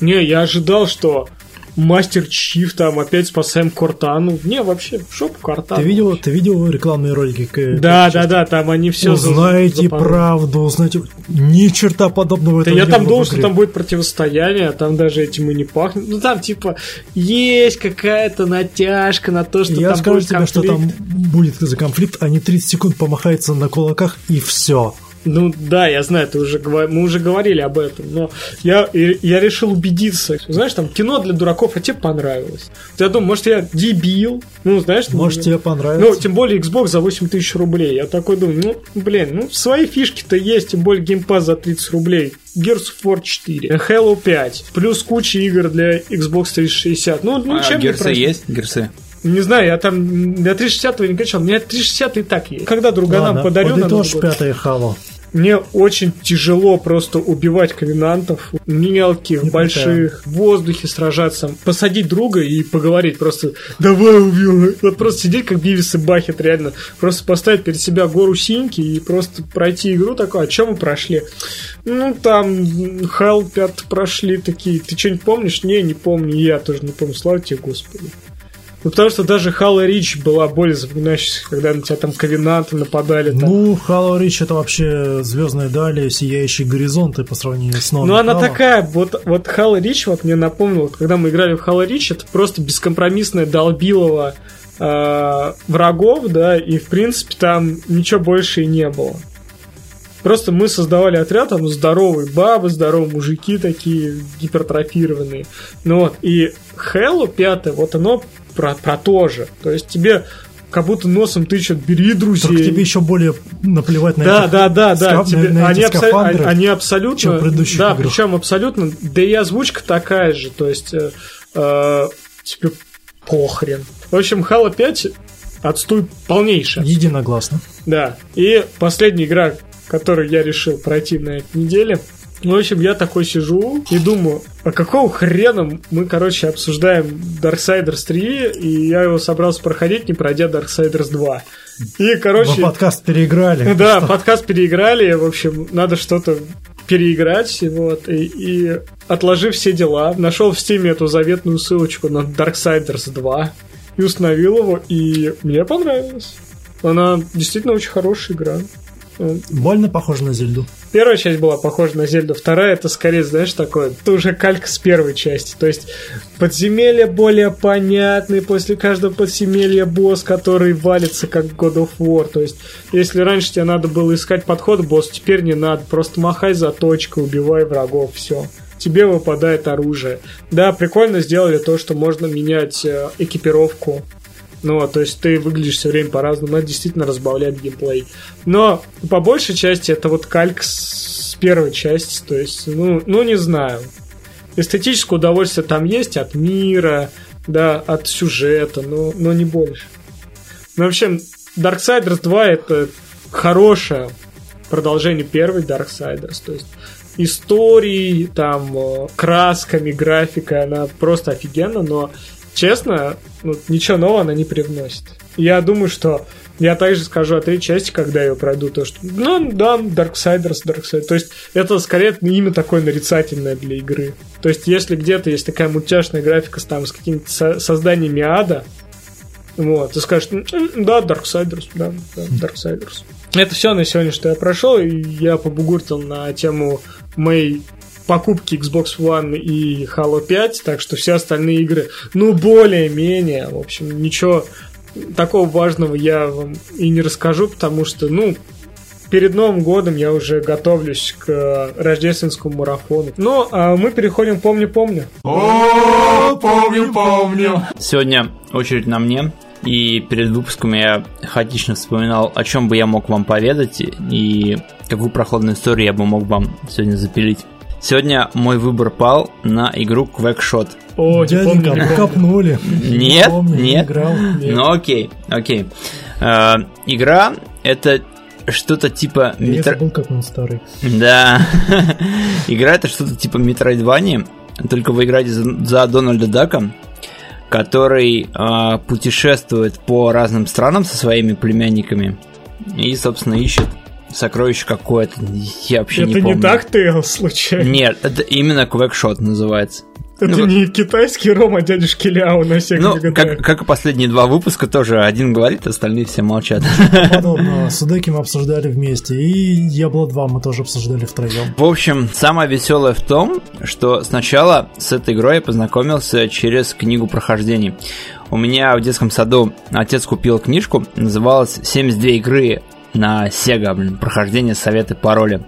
Не, я ожидал, что Мастер Чиф там опять спасаем Кортану. Не, вообще, в шоп Кортану.
Ты видел, ты видел рекламные ролики? к-
Да,
к
да, да, там они все
Узнайте правду, узнайте... Ни черта подобного
Да
этого
я
не
там
было
думал,
в
что
игре.
там будет противостояние, а там даже этим и не пахнет. Ну там типа есть какая-то натяжка на то, что
Я
там
скажу
будет
тебе, что
конфликт.
там будет за конфликт, они 30 секунд помахаются на кулаках и все.
Ну да, я знаю, ты уже гова- мы уже говорили об этом, но я, и- я решил убедиться. Знаешь, там кино для дураков, а тебе понравилось. Я думаю, может, я дебил. Ну, знаешь,
Может,
ну,
тебе
Ну,
понравится.
тем более Xbox за 8 тысяч рублей. Я такой думаю, ну, блин, ну, свои фишки-то есть, тем более геймпас за 30 рублей. Gears of War 4, Halo 5, плюс куча игр для Xbox 360. Ну, ну
А
чем не
герсы
праздник?
есть? Герсы.
Не знаю, я там м, на 360 не качал, у меня 360 и так есть. Когда друганам
Ладно,
подарю на Новый
подытожь
год,
пятое хало.
мне очень тяжело просто убивать ковенантов, мелких,
Не
больших, в воздухе сражаться, посадить друга и поговорить просто «давай убил». Вот просто сидеть, как Бивис и Бахет, реально. Просто поставить перед себя гору синьки и просто пройти игру такую, а чем мы прошли? Ну, там, Хал 5 прошли такие. Ты что-нибудь помнишь? Не, не помню. И Я тоже не помню. Слава тебе, Господи. Ну, потому что даже Хала Рич была более запоминающейся, когда на тебя там ковенанты нападали. там.
Ну, Halo Reach это вообще звездные дали, сияющие горизонты по сравнению с новым.
Ну, она
Halo.
такая, вот, вот Хала Рич вот мне напомнила, когда мы играли в Хала Рич, это просто бескомпромиссное долбилово э, врагов, да, и, в принципе, там ничего больше и не было. Просто мы создавали отряд, там здоровые бабы, здоровые мужики такие гипертрофированные. Ну вот, и Хэлло 5, вот оно про, про то же. То есть тебе как будто носом тычут, бери друзей.
Только тебе еще более наплевать на
Да,
этих-
да, да, да.
скаф-
тебе-
на- на
они,
эти
абсо-
скафандры,
они абсолютно.
чем в предыдущих
да,
играх.
причем абсолютно. Да и озвучка такая же. То есть э, э, тебе похрен. В общем, Halo 5 отстой полнейший.
Единогласно.
Да. И последняя игра, которую я решил пройти на этой неделе. В общем, я такой сижу и думаю, а какого хрена мы, короче, обсуждаем Darksiders 3, и я его собрался проходить, не пройдя Darksiders 2. И, короче...
Мы подкаст переиграли.
Ну Да, подкаст переиграли, в общем, надо что-то переиграть, вот, и, и отложи все дела, нашел в стиме эту заветную ссылочку на Darksiders 2 и установил его, и мне понравилось. Она действительно очень хорошая игра.
Больно похоже на Зельду.
Первая часть была похожа на Зельду, вторая это скорее, знаешь, такое, это уже калька с первой части. То есть подземелья более понятны, после каждого подземелья босс, который валится как в God of War. То есть если раньше тебе надо было искать подход к боссу, теперь не надо, просто махай заточкой, убивай врагов, все. Тебе выпадает оружие. Да, прикольно сделали то, что можно менять э, экипировку. Ну, вот, то есть ты выглядишь все время по-разному, это действительно разбавляет геймплей. Но по большей части это вот кальк с с первой части, то есть, ну, ну не знаю. Эстетическое удовольствие там есть от мира, да, от сюжета, но, но не больше. Ну, в общем, Darksiders 2 это хорошее продолжение первой Darksiders, то есть историей, там, э, красками, графикой, она просто офигенна, но, честно, ну, ничего нового она не привносит. Я думаю, что я также скажу о третьей части, когда ее пройду, то что, ну, да, Darksiders, Darksiders, то есть это скорее имя такое нарицательное для игры. То есть если где-то есть такая мультяшная графика с, там, с какими-то со- созданиями ада, вот, ты скажешь, «М, м, да, Darksiders, да, да, Darksiders. Это все на сегодня, что я прошел. И я побугуртил на тему моей покупки Xbox One и Halo 5, так что все остальные игры, ну, более-менее, в общем, ничего такого важного я вам и не расскажу, потому что, ну, перед Новым годом я уже готовлюсь к э, рождественскому марафону. Ну, а мы переходим к «Помню-помню».
Сегодня очередь на мне. И перед выпуском я хаотично вспоминал, о чем бы я мог вам поведать и какую прохладную историю я бы мог вам сегодня запилить. Сегодня мой выбор пал на игру Quackshot.
О, не помню,
Дяденька,
не
мы
помню.
копнули. Не
Нет,
помню, не
нет.
играл.
Ну окей, окей. Э, игра это что-то типа
Я
метро...
забыл, как он старый.
Да. Игра это что-то типа Metroidvania, только вы играете за, за Дональда Дака, который э, путешествует по разным странам со своими племянниками и, собственно, ищет сокровище какое-то. Я вообще
Это
не помню.
не так Tail, случайно.
Нет, это именно квэкшот называется.
Это
Ну,
не китайский ром, а дядюшки Ляо на всех
Ну, как, как и последние два выпуска, тоже один говорит, остальные все молчат.
Подобного. Судеки мы обсуждали вместе. И Diablo 2 мы тоже обсуждали втроем.
В общем, самое веселое в том, что сначала с этой игрой я познакомился через книгу прохождений. У меня в детском саду отец купил книжку, называлась «72 игры на Sega, блин, прохождение, советы, пароли».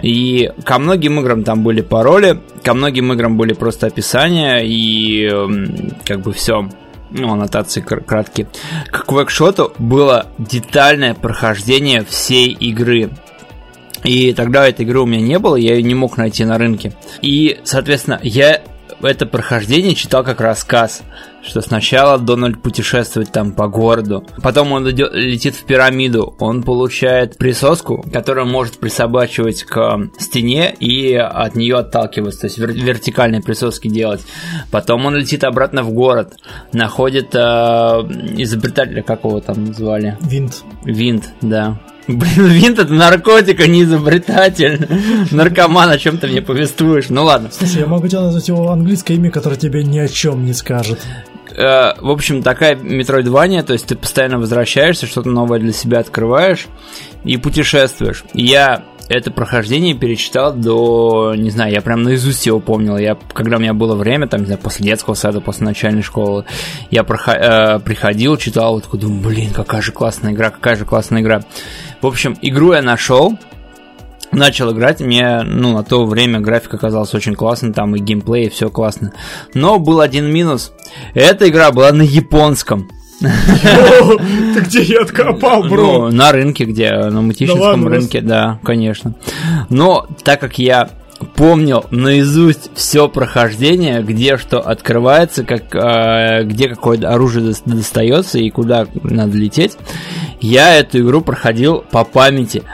И ко многим играм там были пароли, ко многим играм были просто описания и эм, как бы все. Ну, аннотации кр- краткие. К квэкшоту было детальное прохождение всей игры. И тогда этой игры у меня не было, я ее не мог найти на рынке. И, соответственно, я это прохождение читал как рассказ, что сначала Дональд путешествует там по городу, потом он идет, летит в пирамиду, он получает присоску, которая может присобачивать к стене и от нее отталкиваться, то есть вер- вертикальные присоски делать. Потом он летит обратно в город, находит э, изобретателя, как его там звали,
Винт.
Винт, да. Блин, винт это наркотик, а не изобретатель. Наркоман, о чем ты мне повествуешь? Ну ладно.
Слушай, я могу тебе назвать его английское имя, которое тебе ни о чем не скажет.
Э, в общем, такая метроидвания, то есть ты постоянно возвращаешься, что-то новое для себя открываешь и путешествуешь. Я это прохождение перечитал до, не знаю, я прям наизусть его помнил. Я, когда у меня было время, там, не знаю, после детского сада, после начальной школы, я прохо- э, приходил, читал, вот такой, думаю, блин, какая же классная игра, какая же классная игра. В общем, игру я нашел, начал играть, мне, ну, на то время график оказался очень классный, там и геймплей, и все классно. Но был один минус. Эта игра была на японском.
Ты где я откопал, бро?
Ну, на рынке, где, на
Да ладно,
мутищинском
у вас-
рынке, да, конечно. Но так как я помнил наизусть все прохождение, где что открывается, как, э, где какое оружие дос- достается и куда надо лететь, я эту игру проходил по памяти,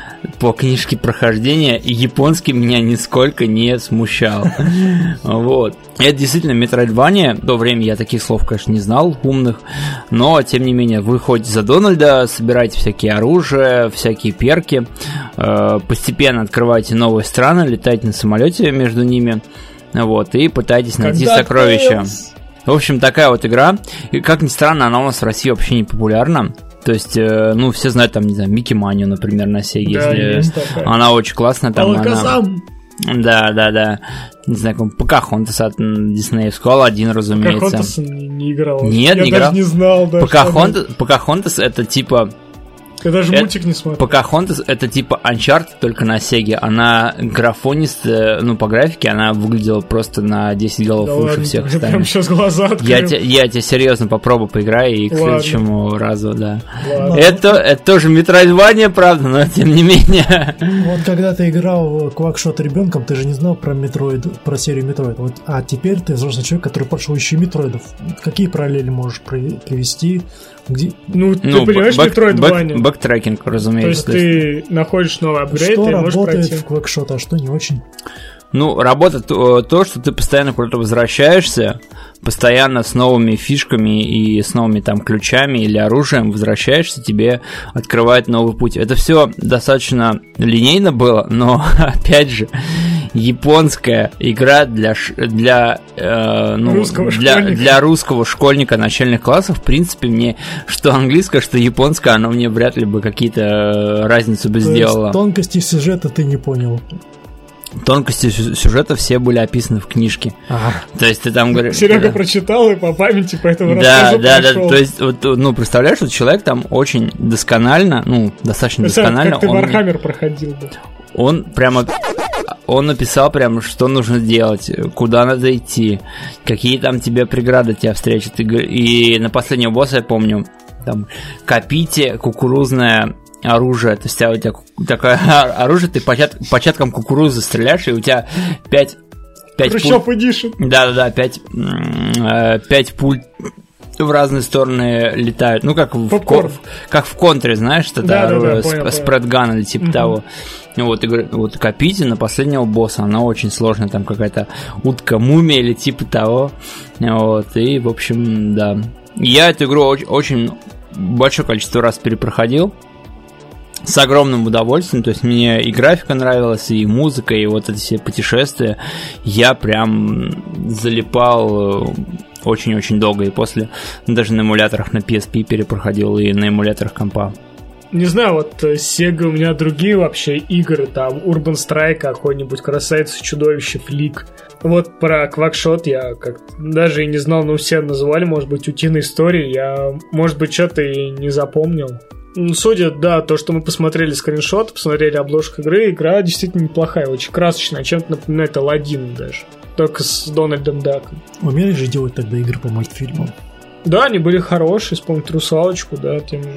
по книжке прохождения, и японский меня нисколько не смущал. Вот. Это действительно метроидвания. В то время я таких слов, конечно, не знал, умных. Но, тем не менее, вы хоть за Дональда, собираете всякие оружия, всякие перки, э, постепенно открываете новые страны, летаете на самолете между ними. Вот, и пытаетесь найти
Когда
сокровища.
Tails?
В общем, такая вот игра. И, как ни странно, она у нас в России вообще не популярна. То есть, э, ну, все знают там, не знаю, Микки Манию, например, на Сеге.
Да,
если-
есть такая.
Она очень классная. Там она...
Алаказам.
Да, да, да. Не знаю, как он, Покахонтас от м, диснеевского Аладдин, разумеется.
Покахонтас не не играл.
Нет,
я даже
не играл.
не знал, да.
Покахонтас, Покахонтас это типа
что- Я даже
это-
мультик не смотрел.
Покахонтас это типа Uncharted только на Сеге. Она графонист, э, ну по графике она выглядела просто на 10 голов
Да
лучше
ладно,
всех
я прям
остальных.
сейчас глаза
Я
открыл.
тебе, я тебе серьезно попробую поиграй и к
Ладно.
следующему разу, да.
Ладно.
Это, это тоже метроидвания, правда, но тем не менее.
Вот когда ты играл в Квакшот ребенком, ты же не знал про Метроид, про серию Метроид. Вот, а теперь ты взрослый человек, который прошел еще и Метроидов. Какие параллели можешь при- привести? Где,
Ну, ты
Ну,
понимаешь,
бэк- бэк-
Метроидвания?
Бэктрекинг,
То
разумеется.
есть ты находишь новый апгрейд
что
и можешь
работает
пройти.
в Квакшот, а что не очень?
Ну, работа то, то, что ты постоянно куда-то возвращаешься, постоянно с новыми фишками и с новыми там ключами или оружием возвращаешься, тебе открывает новый путь. Это все достаточно линейно было, но опять же, японская игра для, ш- для, э, ну,
Русского
для,
школьника.
для русского школьника начальных классов, в принципе, мне что английская, что японская, она мне вряд ли бы какие-то э, разницу бы
То есть
сделала.
тонкости сюжета ты не понял.
Тонкости сю- сюжета все были описаны в книжке. То есть ты там говоришь...
Серега прочитал и по памяти, поэтому
Да,
рассказу
да, да.
пошел.
То есть, вот, ну, представляешь, вот человек там очень досконально, ну, достаточно
Это
досконально,
как ты
он,
Вархаммер проходил бы.
он прямо а, он написал прям, что нужно делать, куда надо идти, какие там тебе преграды тебя встречат. И, г- и на последнего босса, я помню, там, копите кукурузное оружие, то есть у тебя, у тебя ку- такое оружие, ты початком кукурузы стреляешь, и у тебя 5, 5
Хрущев Эдишн.
да-да-да, пять, м, э, пять пуль в разные стороны летают. Ну, как в,
Попкорн.
кон- как в контре, знаешь, э, это
Да-да-да,
оружие,
понял,
сп-
понял.
спредган или типа
Мгм.
того. Ну, Вот, и говорю, вот копите на последнего босса, она очень сложная, там какая-то утка-мумия или типа того. Вот, и, в общем, да. Я эту игру оч- очень большое количество раз перепроходил. с огромным удовольствием, то есть мне и графика нравилась, и музыка, и вот эти все путешествия. Я прям залипал э, очень-очень долго, и после даже на эмуляторах на PSP перепроходил, и на эмуляторах компа.
Не знаю, вот э, Sega у меня другие вообще игры, там Urban Strike какой-нибудь, Красавица, Чудовище, Флик. Вот про Квакшот я как даже и не знал, но все называли, может быть, утиной истории, я, может быть, что-то и не запомнил. М, Судя, да, то, что мы посмотрели скриншот, посмотрели обложку игры, игра действительно неплохая, очень красочная, чем-то напоминает Алладин даже. Только с Дональдом Даком.
Умели же делать тогда игры по мультфильмам?
Да, они были хорошие, вспомнить русалочку, да, тем же.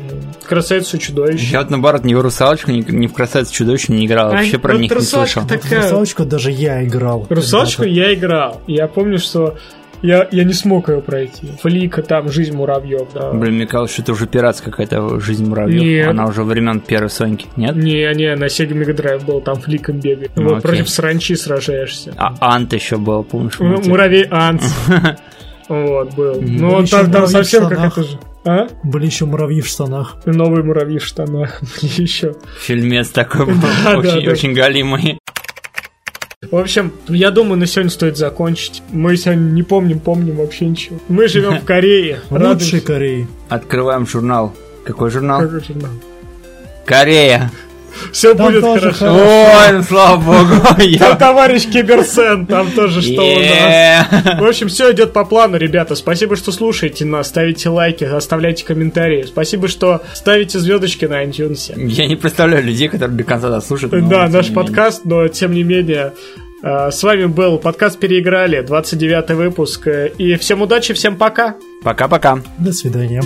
Красавицу и чудовище.
Я вот наоборот ни в «Русалочку», ни, ни в «Красавицу чудовище» не играл,
А,
вообще про
вот
них не
«Русалочка»
слышал.
так-
В
Такая-
Русалочку даже я играл.
Русалочку
когда-то.
я играл. Я помню, что я, я не смог ее пройти. Флика, там, жизнь муравьев, да.
Блин, мне казалось, что это уже пиратская какая-то жизнь муравьев.
Нет.
Она уже времен первой Соньки, нет?
Не, не, на Sega Mega Drive был, там фликом бегай.
Ну,
вот
окей. Ну,
против саранчи сражаешься.
А Ант еще был, помнишь?
М-
мультик?
Муравей Анц. Вот, был.
Мгм.
Ну, он
Еще
там, там
муравьи в
совсем как
штанах.
это же. А?
Были еще муравьи в штанах.
И Новый муравьи в штанах. еще.
Фильмец такой был,
Да, да,
очень-
да.
очень галимый.
В общем, я думаю, на сегодня стоит закончить. Мы сегодня не помним, помним вообще ничего. Мы живем в Корее.
Лучшей
Радуемся.
Кореи.
Открываем журнал. Какой журнал?
Как же нам?
Корея.
Все
Там
будет
тоже
хорошо.
хорошо.
Ой, ну, слава богу.
Там
я-
товарищ Киберсен, там тоже что у нас.
Е-е.
В общем, все идет по плану, ребята. Спасибо, что слушаете нас, ставите лайки, оставляйте комментарии. Спасибо, что ставите звездочки на iTunes.
Я не представляю людей, которые до конца дослушают. но
Да,
тем
наш
не менее.
подкаст, но тем не менее. э, С вами был подкаст «Переиграли», 29 выпуск. э, И всем удачи, всем пока!
Пока-пока.
До свидания.